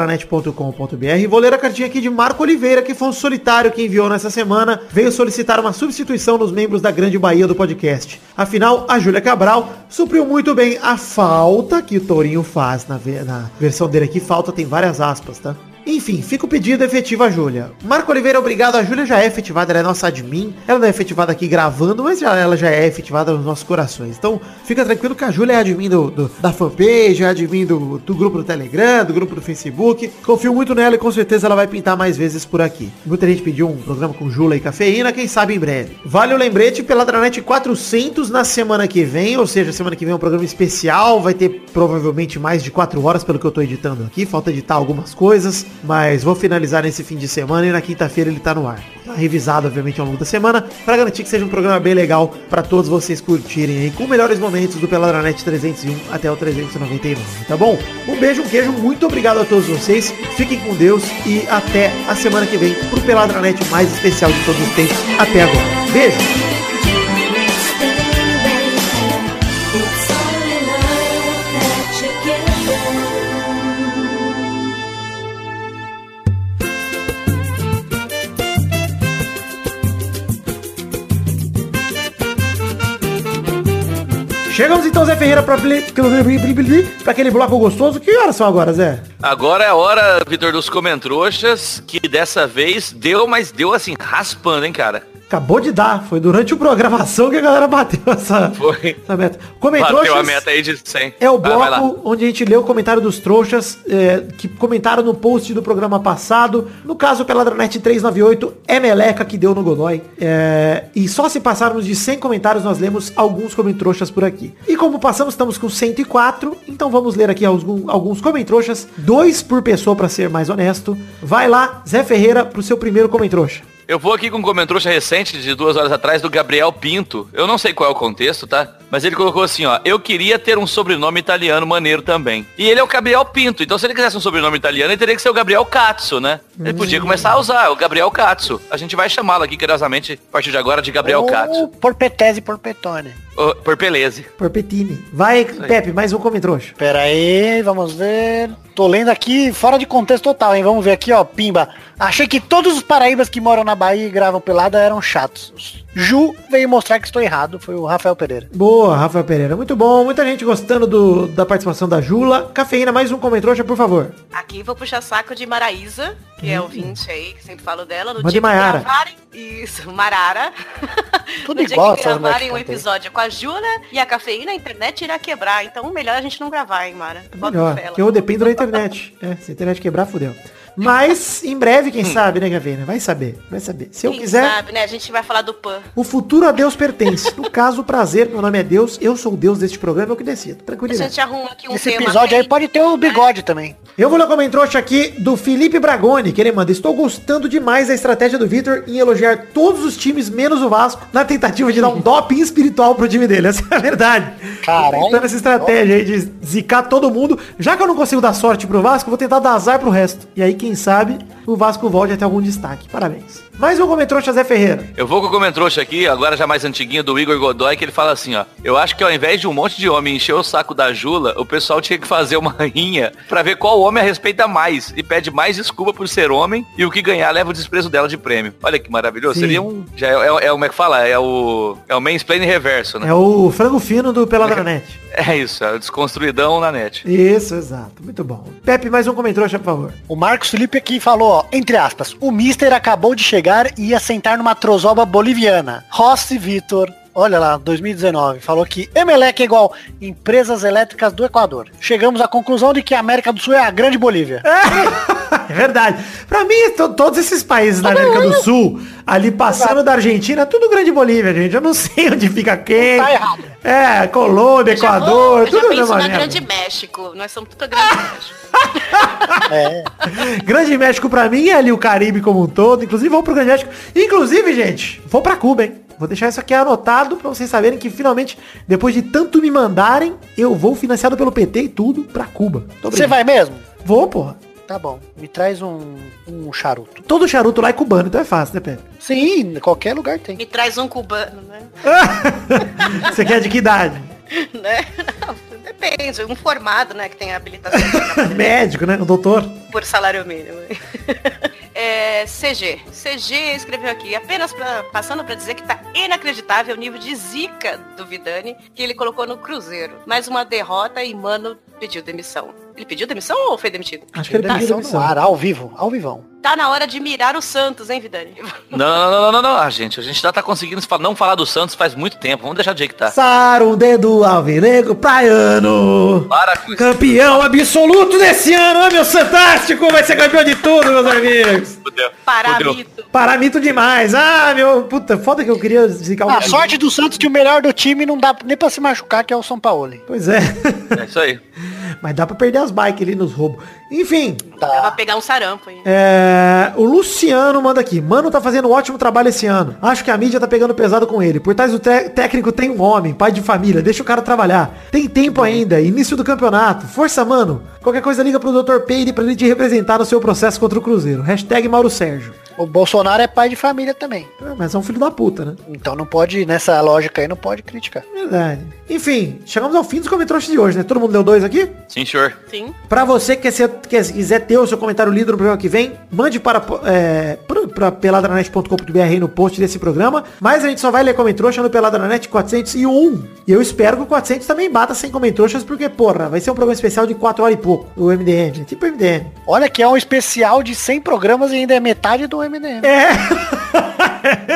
podcast.peladranet.com.br, vou ler a cartinha aqui de Marco Oliveira, que foi um solitário que enviou nessa semana, veio solicitar uma substituição nos membros da Grande Bahia do podcast. Afinal, a Júlia Cabral supriu muito bem a falta que o Tourinho faz na, ve- na versão dele aqui. Falta tem várias aspas, tá? Enfim, fica o pedido efetivo à Júlia. Marco Oliveira, obrigado. A Júlia já é efetivada, ela é nossa admin. Ela não é efetivada aqui gravando, mas já- ela já é efetivada nos nossos corações. Então, fica tranquilo que a Júlia é admin do, do- da fanpage, é admin do, do grupo do Telegram, do grupo do Facebook. Confio muito nela e com certeza ela vai pintar mais vezes por aqui. Muita gente pediu um programa com Júlia e cafeína, quem sabe em breve. Vale o lembrete pela Dranet 400 na semana que vem, ou seja, semana que vem é um programa especial, vai ter provavelmente mais de 4 horas pelo que eu tô editando aqui, falta editar algumas coisas, mas vou finalizar nesse fim de semana e na quinta-feira ele tá no ar. Tá revisado, obviamente, ao longo da semana, pra garantir que seja um programa bem legal pra todos vocês curtirem aí, com melhores momentos do Peladranet 301 até o 399, tá bom? Um beijo, um queijo, muito obrigado a todos vocês, fiquem com Deus e até a semana que vem pro Peladranet mais especial de todos os tempos até agora. Beijo! Chegamos então, Zé Ferreira, pra, bli- pra aquele bloco gostoso. Que horas são agora, Zé? Agora é a hora, Vitor, dos comentroxas, que dessa vez deu, mas deu assim, raspando, hein, cara. Acabou de dar. Foi durante a programação que a galera bateu essa, Foi. essa meta. Comentou Bateu a meta aí de 100. é o Vai, vai lá. bloco onde a gente lê o comentário dos trouxas é, que comentaram no post do programa passado. No caso, Peladranet 398 é meleca que deu no Godoy. É, e só se passarmos de 100 comentários, nós lemos alguns comentroxas por aqui. E como passamos, estamos com 104. Então vamos ler aqui algum- alguns comentroxas. Dois por pessoa, pra ser mais honesto. Vai lá, Zé Ferreira, pro seu primeiro comentroxa. Eu vou aqui com um comentário recente de duas horas atrás do Gabriel Pinto. Eu não sei qual é o contexto, tá? Mas ele colocou assim, ó. Eu queria ter um sobrenome italiano maneiro também. E ele é o Gabriel Pinto. Então se ele quisesse um sobrenome italiano, ele teria que ser o Gabriel Cazzo, né? Ele podia começar a usar o Gabriel Cazzo. A gente vai chamá-lo aqui, carinhosamente, a partir de agora, de Oh. Gabriel Cazzo. Porpetese e Porpetone. Ô, Por Peleze. Porpetini. Vai, Pepe, mais um comentroxa. Pera aí, vamos ver. Tô lendo aqui fora de contexto total, hein? Vamos ver aqui, ó. Pimba. Achei que todos os paraíbas que moram na Bahia e gravam pelada eram chatos. Ju veio mostrar que estou errado. Foi o Rafael Pereira. Boa, Rafael Pereira. Muito bom. Muita gente gostando do- da participação da Jula. Cafeína, mais um comentroxa, por favor. Aqui vou puxar saco de Maraísa, que é ouvinte aí, que sempre falo dela. No Mande dia que Maiara. gravarem- Isso, [LAUGHS] Marara. Tudo no dia igual que essas mulheres gravarem que cantam um aí. episódio com a Juna e a cafeína, a internet irá quebrar. Então, melhor a gente não gravar, hein, Mara? Bota É Melhor, fé lá. que eu dependo da internet. É, se a internet quebrar, fudeu. Mas, em breve, quem sabe, né, Cafeína? Vai saber, vai saber. Se eu Quem quiser, sabe, né? A gente vai falar do Pan. o futuro a Deus pertence. No caso, o prazer, meu nome é Deus, eu sou o Deus deste programa, eu que decido. A Tranquilidade. gente arruma aqui um Esse tema. episódio aí bem- pode ter o bigode também. Eu vou ler o comentário aqui do Felipe Bragoni, que ele manda. Estou gostando demais da estratégia do Vitor em elogiar todos os times, menos o Vasco, na tentativa de dar um doping espiritual pro time dele. Essa é a verdade. Caralho. Tô tentando essa estratégia aí de zicar todo mundo. Já que eu não consigo dar sorte pro Vasco, vou tentar dar azar pro resto. E aí, quem sabe, o Vasco volte até algum destaque. Parabéns. Mais um comentário, Zé Ferreira. Eu vou com o comentrouxa aqui, agora já mais antiguinho, do Igor Godoy, que ele fala assim, ó. Eu acho que ao invés de um monte de homem encher o saco da Jula, o pessoal tinha que fazer uma [LAUGHS] rinha pra ver qual homem a respeita mais e pede mais desculpa por ser homem e o que ganhar leva o desprezo dela de prêmio. Olha que maravilhoso. Sim. Seria um... Já é, é, é, como é que fala? É o... É o mansplaining reverso, né? É o frango fino do Peladranet. É isso, é o desconstruidão na net. Isso, exato. Muito bom. Pepe, mais um comentário, por favor. O Marcos Felipe aqui falou, ó, entre aspas, o Mister acabou de chegar e ia sentar numa trozoba boliviana. Rossi Vitor, olha lá, 2019, falou que Emelec é igual empresas elétricas do Equador. Chegamos à conclusão de que a América do Sul é a grande Bolívia. É verdade. Pra mim, to- todos esses países da América do Sul, ali passando da Argentina, tudo grande Bolívia, gente. Eu não [LAUGHS] sei onde fica quem. Tá errado. É, Colômbia, Eu já vou- Equador, eu já tudo a penso mesma na merda. Grande Grande... México. Nós somos tudo [LAUGHS] Grande México. México pra mim é ali o Caribe como um todo. Inclusive, vou pro Grande México. Inclusive, gente, vou pra Cuba, hein? Vou deixar isso aqui anotado pra vocês saberem que finalmente, depois de tanto me mandarem, eu vou financiado pelo PT e tudo pra Cuba. Tô Você brincando. vai mesmo? Vou, porra. Tá bom, me traz um, um charuto. Todo charuto lá é cubano, então é fácil, né, Pepe? [LAUGHS] Sim, em qualquer lugar tem. Me traz um cubano, né? [LAUGHS] Você quer de que idade? né? [LAUGHS] Depende, um formado, né, que tem habilitação [LAUGHS] [LAUGHS] Médico, né? O doutor. por salário mínimo. [LAUGHS] É, CG. CG escreveu aqui, apenas pra, passando para dizer que tá inacreditável o nível de zica do Vidani que ele colocou no Cruzeiro. Mais uma derrota e Mano pediu demissão. Ele pediu demissão ou foi demitido? Tá Acho que ele tá pediu Demissão no demissão. ar, ao vivo, ao vivão. Tá na hora de mirar o Santos, hein, Vidani? [LAUGHS] Não, não, não, não, não, não, ah, gente. A gente já tá conseguindo fa- não falar do Santos faz muito tempo. Vamos deixar do jeito que tá. Passar um dedo alvinegro praiano. Para com isso. Campeão absoluto desse ano, ah, meu fantástico! Vai ser campeão de tudo, meus amigos! Fudeu. Fudeu. Paramito. Paramito demais! Ah, meu. Puta, foda que eu queria zicar o A sorte do Santos que o melhor do time não dá nem pra se machucar, que é o São Paulo. Pois é. [LAUGHS] É isso aí. Mas dá pra perder as bikes ali nos roubos. Enfim, Dá pra pegar um sarampo, hein? É, o Luciano manda aqui. Mano tá fazendo um ótimo trabalho esse ano. Acho que a mídia tá pegando pesado com ele. Por trás do te- técnico tem um homem, pai de família. Deixa o cara trabalhar. Tem tempo ainda. Início do campeonato. Força, mano. Qualquer coisa liga pro Dr. Peire pra ele te representar no seu processo contra o Cruzeiro. Hashtag Mauro Sérgio. O Bolsonaro é pai de família também. Ah, Mas é um filho da puta, né? Então não pode, nessa lógica aí, não pode criticar. Verdade. Enfim, chegamos ao fim dos comentários de hoje, né? Todo mundo deu dois aqui? Sim, senhor. Sim. Pra você que quer ser- que quiser ter o seu comentário lido no programa que vem, mande para, é, pro- pra peladranet.com.br aí no post desse programa. Mas a gente só vai ler comentrouxa no Peladranet 401. E eu espero que o 400 também bata sem comentrouxas, porque, porra, vai ser um programa especial de 4 horas e pouco. O MDM, é tipo MDM. Olha que é um especial de 100 programas e ainda é metade do MDM. É, [LAUGHS]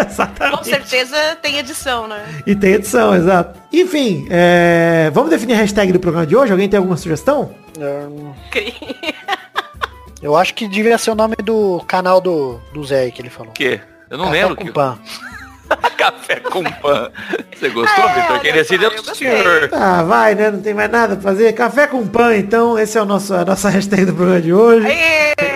Exatamente. Com certeza tem edição, né? [LAUGHS] E tem edição, exato. Enfim, é, vamos definir a hashtag do programa de hoje? Alguém tem alguma sugestão? Cri- Eu acho que deveria ser o nome do canal do, do Zé aí que ele falou. O quê? Eu não Café lembro. com que- Pan. [LAUGHS] Café com pan. Você gostou, Ah, é, Vitor? Quem olha decide é só, o eu gostei. senhor. Ah, vai, né? Não tem mais nada pra fazer. Café com pão, então. Esse é o nosso, a nossa [LAUGHS] hashtag do programa de hoje. Eu-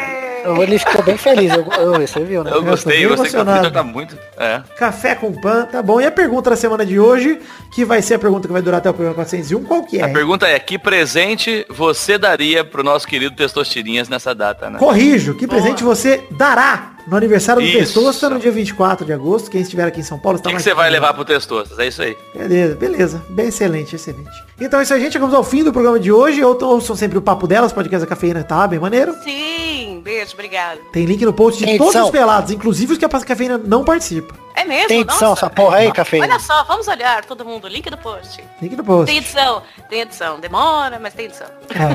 Ele ficou bem feliz, eu, eu, você viu, né? Eu gostei, eu bem gostei que o emocionado. Vitor tá muito. É. Café com pan, tá bom. E a pergunta da semana de hoje, que vai ser a pergunta que vai durar até o programa 401, qual que é? A pergunta é, que presente você daria pro nosso querido Testostirinhas nessa data, né? Corrijo, que presente você dará no aniversário do Isso. Testosta, no dia 24 de agosto. Quem estiver aqui em São O Paulo está que, que mais você vai que- levar pro Testostas? É isso aí. Beleza, beleza. Bem excelente, excelente. Então é isso aí, gente. Chegamos ao fim do programa de hoje. Ou- Ouçam sempre o Papo Delas, podcast da Cafeína, tá bem maneiro. Sim, beijo, obrigado. Tem link no post de Tem todos os edição? pelados, inclusive os que a Passa Cafeína não participa. É mesmo? Tem edição Nossa. essa porra aí, Cafeína? Olha só, vamos olhar todo mundo, link do post. Link no post. Tem edição, tem edição. Demora, mas tem edição.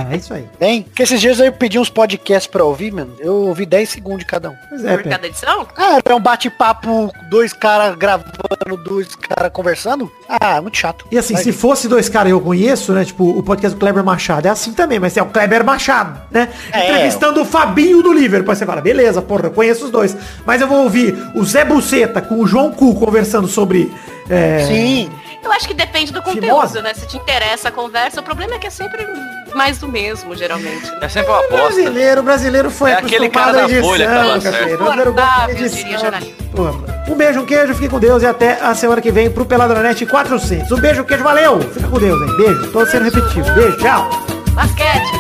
É, é isso aí. Bem, que esses dias eu pedi uns podcasts pra ouvir, mano. Eu ouvi 10 segundos de cada um. Pois é, Por Pedro. cada edição? Ah, era um bate-papo, dois caras gravando, dois caras conversando. Ah, muito chato. E assim, Vai se ver. fosse dois caras que eu conheço, né? Tipo, o podcast do Kleber Machado é assim também, mas é o Kleber Machado, né? É. Entrevistando o Fabinho do Liverpool. Aí você fala, beleza, porra, eu conheço os dois. Mas eu vou ouvir o Zé Buceta com o João Cu conversando sobre. é, Sim, Eu acho que depende do conteúdo, Fimosa. né? Se te interessa a conversa, o problema é que é sempre mais do mesmo, geralmente. Né? É sempre uma aposta. Brasileiro, brasileiro foi É aquele cara da Folha que tava certo. cafeiro. Brasileiro gosta de Insuportável, diria edição. jornalista. Porra. Um beijo, um queijo, fique com Deus e até a semana que vem pro Peladronete 400. Um beijo, um queijo, valeu! Fica com Deus, hein? Beijo, tô sendo repetitivo. Beijo, tchau! Basquete.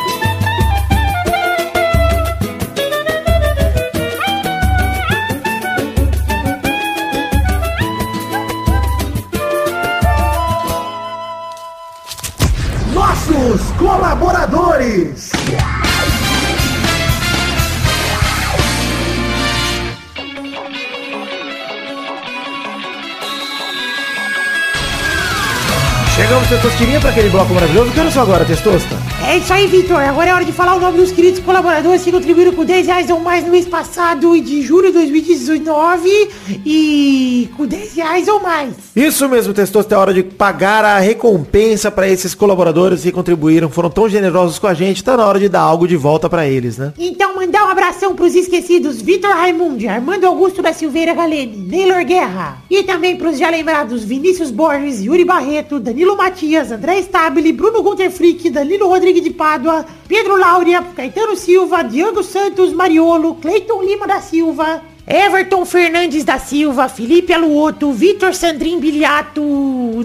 Nossos colaboradores! Chegamos, Testosterinha, para aquele bloco maravilhoso. Que horas são agora, Testosta? É isso aí, Vitor. Agora é hora de falar o nome dos queridos colaboradores que contribuíram com 10 reais ou mais no mês passado e de julho de 2019 e com 10 reais ou mais. Isso mesmo, Testosta, é hora de pagar a recompensa para esses colaboradores que contribuíram, foram tão generosos com a gente, tá na hora de dar algo de volta para eles, né? Então mandar um abração pros esquecidos Vitor Raimundi, Armando Augusto da Silveira Galene, Neylor Guerra. E também pros já lembrados Vinícius Borges, Yuri Barreto, Danilo Matias, André Stabile, Bruno Gunter Frick, Danilo Rodrigues de Pádua, Pedro Laura, Caetano Silva, Diego Santos Mariolo, Cleiton Lima da Silva, Everton Fernandes da Silva, Felipe Aluoto, Vitor Sandrin Biliato,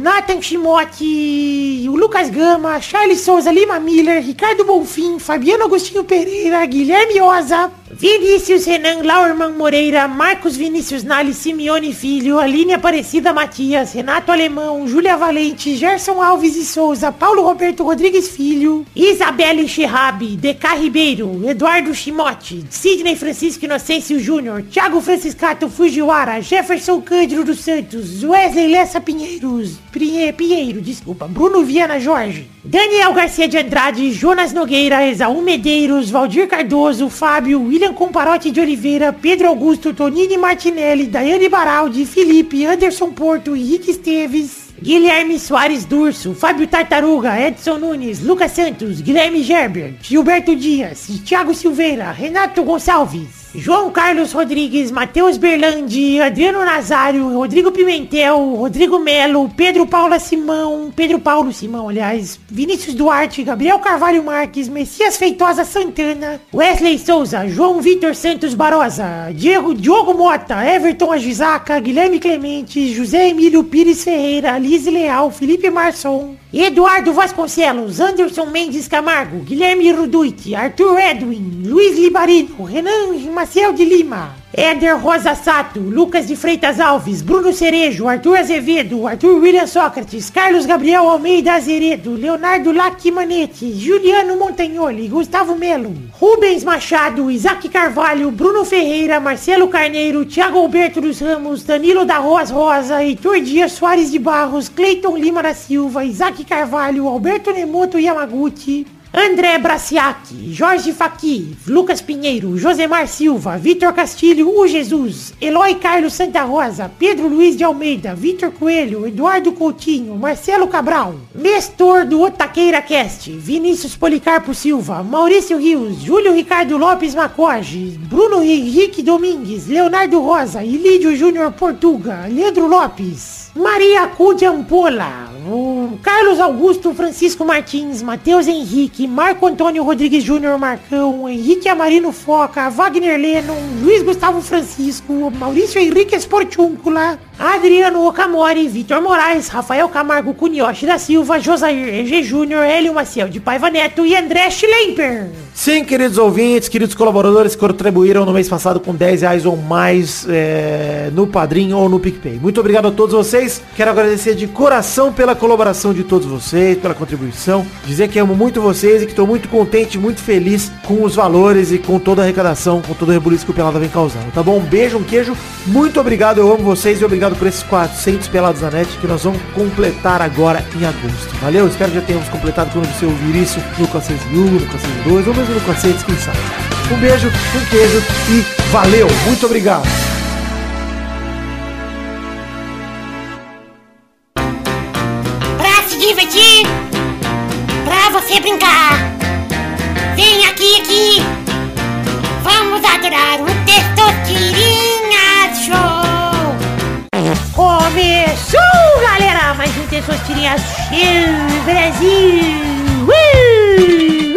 Nathan Shimote, o Lucas Gama, Charles Souza, Lima Miller, Ricardo Bonfim, Fabiano Agostinho Pereira, Guilherme Oza, Vinícius Renan Lauerman Moreira, Marcos Vinícius Nali, Simeone Filho, Aline Aparecida Matias, Renato Alemão, Júlia Valente, Gerson Alves e Souza, Paulo Roberto Rodrigues Filho, Isabelle Schirab, DK Ribeiro, Eduardo Chimote, Sidney Francisco Inocêncio Júnior, Thiago Franciscato Fujiwara, Jefferson Cândido dos Santos, Wesley Lessa Pinheiros, Pinhe- Pinheiro, desculpa, Bruno Viana Jorge, Daniel Garcia de Andrade, Jonas Nogueira, Exaú Medeiros, Valdir Cardoso, Fábio, William Comparote de Oliveira, Pedro Augusto, Tonini Martinelli, Daiane Baraldi, Felipe, Anderson Porto, Henrique Esteves, Guilherme Soares Durso, Fábio Tartaruga, Edson Nunes, Lucas Santos, Guilherme Gerber, Gilberto Dias, Thiago Silveira, Renato Gonçalves, João Carlos Rodrigues, Matheus Berlandi, Adriano Nazário, Rodrigo Pimentel, Rodrigo Melo, Pedro Paula Simão, Pedro Paulo Simão, aliás, Vinícius Duarte, Gabriel Carvalho Marques, Messias Feitosa Santana, Wesley Souza, João Vitor Santos Barosa, Diego Diogo Mota, Everton Ajizaca, Guilherme Clemente, José Emílio Pires Ferreira, Liz Leal, Felipe Marçom, Eduardo Vasconcelos, Anderson Mendes Camargo, Guilherme Ruduit, Arthur Edwin, Luiz Libarino, Renan Maciel de Lima, Éder Rosa Sato, Lucas de Freitas Alves, Bruno Cerejo, Arthur Azevedo, Arthur William Sócrates, Carlos Gabriel Almeida Azeredo, Leonardo Lacimanetti, Juliano Montagnoli, Gustavo Melo, Rubens Machado, Isaac Carvalho, Bruno Ferreira, Marcelo Carneiro, Thiago Alberto dos Ramos, Danilo da Roas Rosa, Heitor Dias Soares de Barros, Cleiton Lima da Silva, Isaac Carvalho, Alberto Nemoto Yamaguchi, André Braciac, Jorge Faqui, Lucas Pinheiro, Josemar Silva, Vitor Castilho, o Jesus, Eloy Carlos Santa Rosa, Pedro Luiz de Almeida, Vitor Coelho, Eduardo Coutinho, Marcelo Cabral, Nestor do Otaqueira Cast, Vinícius Policarpo Silva, Maurício Rios, Júlio Ricardo Lopes Macoge, Bruno Henrique Domingues, Leonardo Rosa, Ilídio Júnior Portuga, Leandro Lopes, Maria Cude Ampola, o Carlos Augusto Francisco Martins, Matheus Henrique, Marco Antônio Rodrigues Júnior Marcão, Henrique Amarino Foca, Wagner Lennon, Luiz Gustavo Francisco, Maurício Henrique Esportúncula, Adriano Okamori, Vitor Moraes, Rafael Camargo Cunioche da Silva, Josair EG Júnior, Hélio Maciel de Paiva Neto e André Schlemper. Sim, queridos ouvintes, queridos colaboradores que contribuíram no mês passado com 10 reais ou mais é, no Padrim ou no PicPay. Muito obrigado a todos vocês. Quero agradecer de coração pela colaboração de todos vocês, pela contribuição. Dizer que amo muito vocês e que estou muito contente, muito feliz com os valores e com toda a arrecadação, Então, com todo o rebuliço que o Pelada vem causando. Tá bom? Um beijo, um queijo. Muito obrigado, eu amo vocês e obrigado por esses 400 Pelados na Net que nós vamos completar agora em agosto. Valeu? Espero que já tenhamos completado quando você ouvir isso no 401, no 402 ou mesmo no 400, quem sabe. Um beijo, um queijo e valeu! Muito obrigado! pra se divertir, pra você brincar. Vem aqui, aqui, vamos adorar o Testosterinha Show. Começou, galera, mais um Tessostirinha Show Brasil. Uh,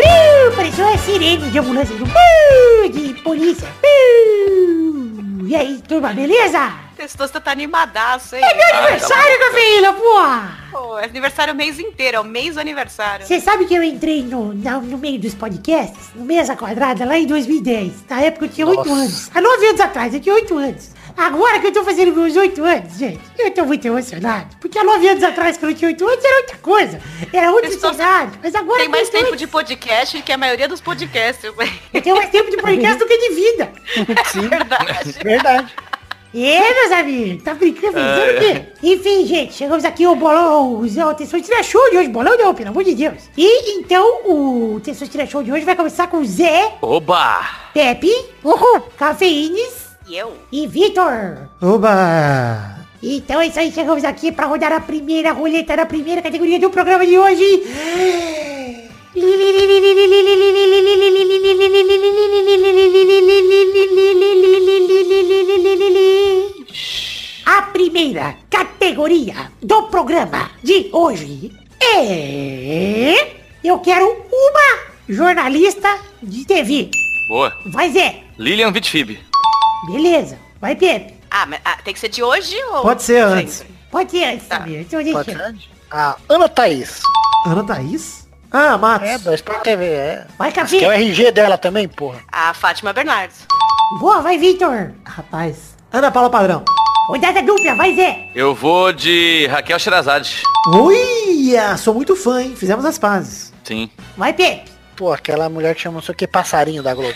uh, pareceu a sirene de ambulância, uh, de polícia. Uh. E aí, turma, beleza? Testosta tá animadaço, hein? Meu aniversário, Gabriela, porra! Pô, é aniversário o mês inteiro, é o mês do aniversário. Você sabe que eu entrei no, na- no meio dos podcasts, no Mesa Quadrada, lá em 2010. Na época eu tinha oito anos. Há nove anos atrás, eu tinha oito anos. Agora que eu tô fazendo meus oito anos, gente, eu tô muito emocionado. Porque há nove anos atrás, quando eu tinha oito anos, era outra coisa. Era outro Pessoal, cenário. Mas agora Tem eu mais tenho tempo oito. de podcast que a maioria dos [LAUGHS] né? podcasts. Eu tenho é mais tempo de podcast do que de vida. Sim, É Verdade. verdade. E meus amigos, tá brincando, pensando Ai, o quê? Enfim, gente, chegamos aqui ao bolão, o Zé- o Tira Show de hoje, bolão não, pelo amor de Deus. E então, o Tira Show de hoje vai começar com Zé, Oba! Pepe, uhul, Cafeínes E eu? e Vitor. Oba! Então é isso aí, chegamos aqui pra rodar a primeira roleta da primeira categoria do programa de hoje. A primeira categoria do programa de hoje é... Eu quero uma jornalista de TV. Boa. Vai, Zé. Lilian Vitfib. é, Beleza. Vai, Pepe. Ah, mas ah, tem que ser de hoje ou... Pode ser antes. sempre? Pode ser antes Tá. também. Então deixa. A Ana Thaís. Ana Thaís? Ah, Matos. É, da Sport TV, é. Vai, Acho que é o Café. RG dela também, porra. A Fátima Bernardes. Boa, vai, Victor. Rapaz. Ana Paula Padrão. é Rodada dupla, vai, Zé. Eu vou de Raquel Sherazade. Uia, sou muito fã, hein? Fizemos as pazes. Sim. Vai, Pepe. Pô, aquela mulher que chama não sei o que passarinho da Globo.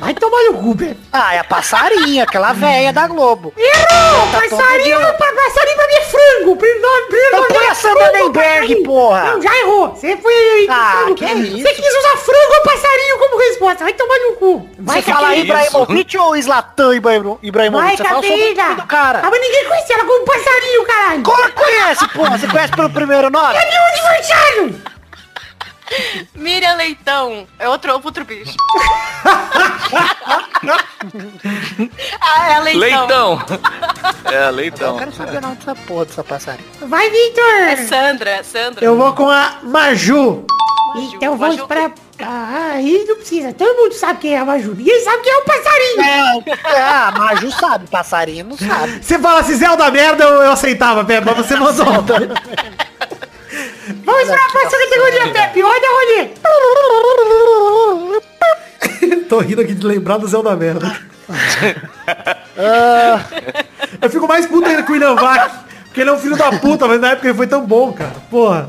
Vai tomar no cu, Pepe. Ah, é a passarinha, aquela véia da Globo. Errou! Tá Passarinho, todo dia. pa- passarinho pra mim é frango. Primeiro nome, primeiro Então nome põe é a frango, Sandra Nenberg, passarinho. porra. Não, já errou. Você foi... Ah, frango. que isso. Você quis usar frango ou passarinho como resposta. Vai tomar no cu. Você fala que Vai, Café. isso? Ibrahimovic ou Zlatan Ibra- Vai, Ibrahimovic? Você fala só o nome Cafeína. do cara. Ah, mas ninguém conhecia ela como passarinho, caralho. Como que conhece, porra? Você conhece pelo primeiro nome? Cadê o adversário? Miriam Leitão. É outro, outro [LAUGHS] bicho. ah, é Leitão. Leitão. [LAUGHS] é, Leitão. Eu quero saber o nome dessa porra dessa passarinha. Vai, Victor. É Sandra, Sandra. Eu vou com a Maju. Maju, Então vamos Maju- pra... Ah, aí não precisa. Todo mundo sabe quem é a Maju. Ninguém sabe quem é o passarinho. É, a Maju sabe, passarinho não sabe. Você fala assim, Zelda merda, eu, eu aceitava, Pepe, mas você [LAUGHS] mandou. Vamos pra próxima categoria, Pepe. Olha a rolê. [LAUGHS] Tô rindo aqui de lembrar do Zelda merda. Ah, eu fico mais puto ainda com o William Vac, porque ele é um filho da puta, mas na época ele foi tão bom, cara. Porra.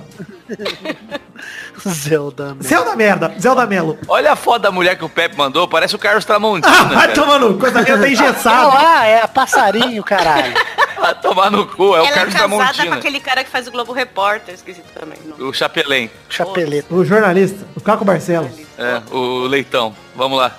Zelda. meu. Zelda merda, Zelda Melo. [LAUGHS] Olha a foto da mulher que o Pepe mandou, parece o Carlos né, Tramontina. Ah, vai cara. tomando, coisa minha tá Ah engessada. lá, é a passarinho, caralho. Ah, tomar no cu, é o Ela é Carlos casada com Tramontina. aquele cara que faz o Globo Repórter, esquisito também. não. O Chapelém, Chapeleta. O jornalista, o Caco Barcelos. é, o Leitão. Vamos lá.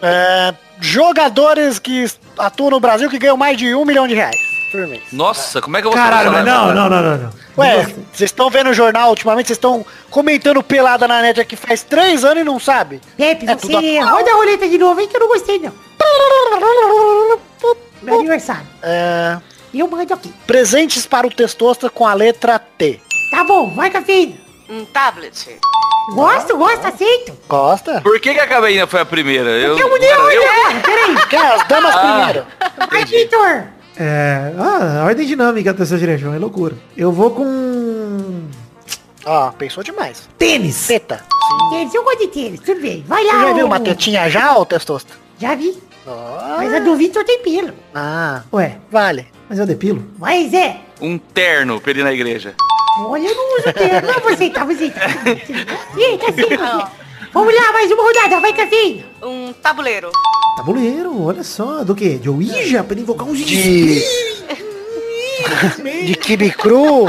É, jogadores que atuam no Brasil que ganham mais de um milhão de reais por mês. Nossa, como é que eu vou Caralho, falar mas não, não, não, não, não. Ué, vocês estão vendo o jornal ultimamente, vocês estão comentando pelada na net aqui faz três anos e não sabe? Pepe, É tudo você a- roda a roleta de novo, hein, que eu não gostei, não. Meu aniversário. É, Eu mando aqui. presentes para o Testosta com a letra T. Tá bom, vai, cafeína. Um tablet. Gosto, gosto, aceito. Gosta? Por que, que a Cabeína foi a primeira? Eu, Eu mudei a eu- ordem agora, [LAUGHS] peraí. Quer as damas Ah. primeiro? Vai, Vitor. É, ah, a ordem dinâmica dessa direção é loucura. Eu vou com Ó, pensou demais. tênis. Teta. Tênis, eu gosto de tênis, tudo bem. Vai Você lá, já ô- viu uma tetinha já, ô Testosta? Já vi. Ó. Mas a do Vitor tem pelo. Ah, Ué, vale. mas eu depilo? Mas é. Um terno pra ele ir na igreja. Olha, eu não uso [LAUGHS] terno. Não, você tá, você tá. Eita, sim, Vamos lá, mais uma rodada. Vai, Cafinho. Um tabuleiro. Tabuleiro, olha só, do que? De Ouija? Pra ele invocar uns De... De quibe cru?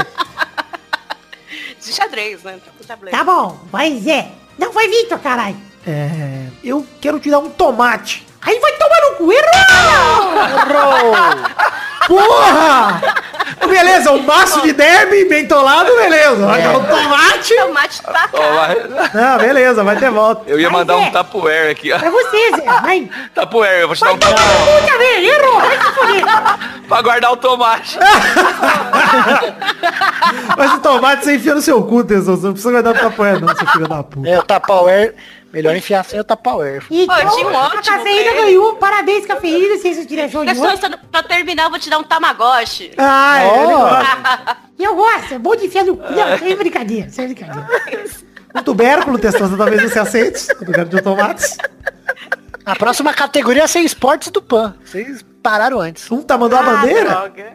De xadrez, né? Um tabuleiro. Tá bom, vai, Zé. Não, vai, Vitor, caralho. É, eu quero te dar um tomate. Aí vai tomar no cu. Errou! Porra! [LAUGHS] Beleza, um maço de derby bentolado, beleza. Vai dar um tomate. Tomate tá Ó, mas- Ah, beleza, vai ter volta. eu ia Mas mandar é. um tapuer aqui. ó. Pra você, Zé. Vai. Tapuer, eu vou te dar um tapuer é, Puta, velho, errou. Vai se foder. pra guardar o tomate. Mas o tomate você enfia no seu cu, Tesouro. Você não precisa guardar pra apoiar, não, seu filho da puta. É, o Tupperware. Melhor enfiar sem o Tupperware. Então, tinha um a ótimo cafeína tênis. ganhou. Parabéns, cafeína. Vocês não tiram show de hoje. Pessoas, pra terminar, eu vou te dar um tamagotchi. Ah, é, ele gosta. Eu gosto. É bom de enfiar no cu. Não, sem brincadeira, sem brincadeira. Um tubérculo, Testosta, talvez você aceite. Um tubérculo de tomates. A próxima categoria é ser esportes do Pan. Vocês pararam antes. Um tá mandando a bandeira. droga.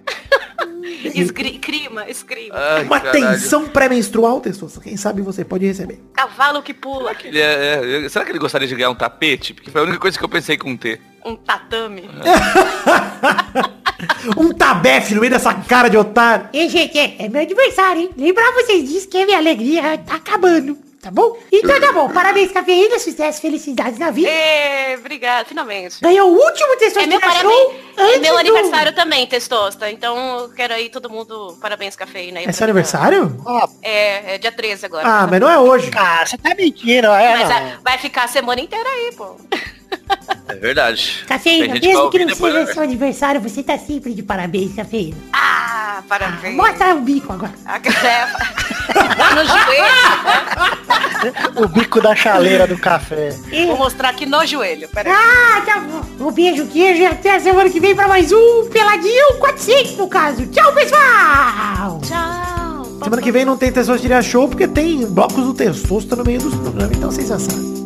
Esgri [LAUGHS] crima, esgrima. Ai, Uma caralho. tensão pré-menstrual, Testosta. Quem sabe você pode receber. Cavalo que pula. Ele é- é- será que ele gostaria de ganhar um tapete? Porque foi a única coisa que eu pensei com um T. Um tatame. Ah. Um tabefe no meio dessa cara de otário. Ei, gente, é, é meu aniversário, hein? Lembrar vocês disso que a minha alegria tá acabando, tá bom? Então tá bom, parabéns, cafeína, sucesso, felicidades na vida. Ê, obrigada, finalmente. Ganhou o último Então, texto É meu, show parabéns, é antes meu do- aniversário também, Testosta. Então eu quero aí todo mundo, parabéns, cafeína. aí É pra seu mim. aniversário? Ó, É, é dia 13 agora. Ah, mas não é hoje. ah, você tá mentindo. É, Mas não. ah, vai ficar a semana inteira aí, pô. É verdade. Tem gente Cafeína, vai Tá mesmo que ouvir não depois, seja né? seu aniversário, você tá sempre de parabéns, cafeína. Ah, parabéns. tá- Mostra o bico agora. A [LAUGHS] galera- [LAUGHS] Tá no joelho. O bico da chaleira do café. E- Vou mostrar aqui no joelho. Peraí. Ah, tá bom. Um beijo, queijo e até a semana que vem pra mais um Peladinho 400, no caso. Tchau, pessoal! Tchau. Semana que vem não tem Testosta Show, porque tem blocos do Testosta no meio dos programas, então vocês já sabem.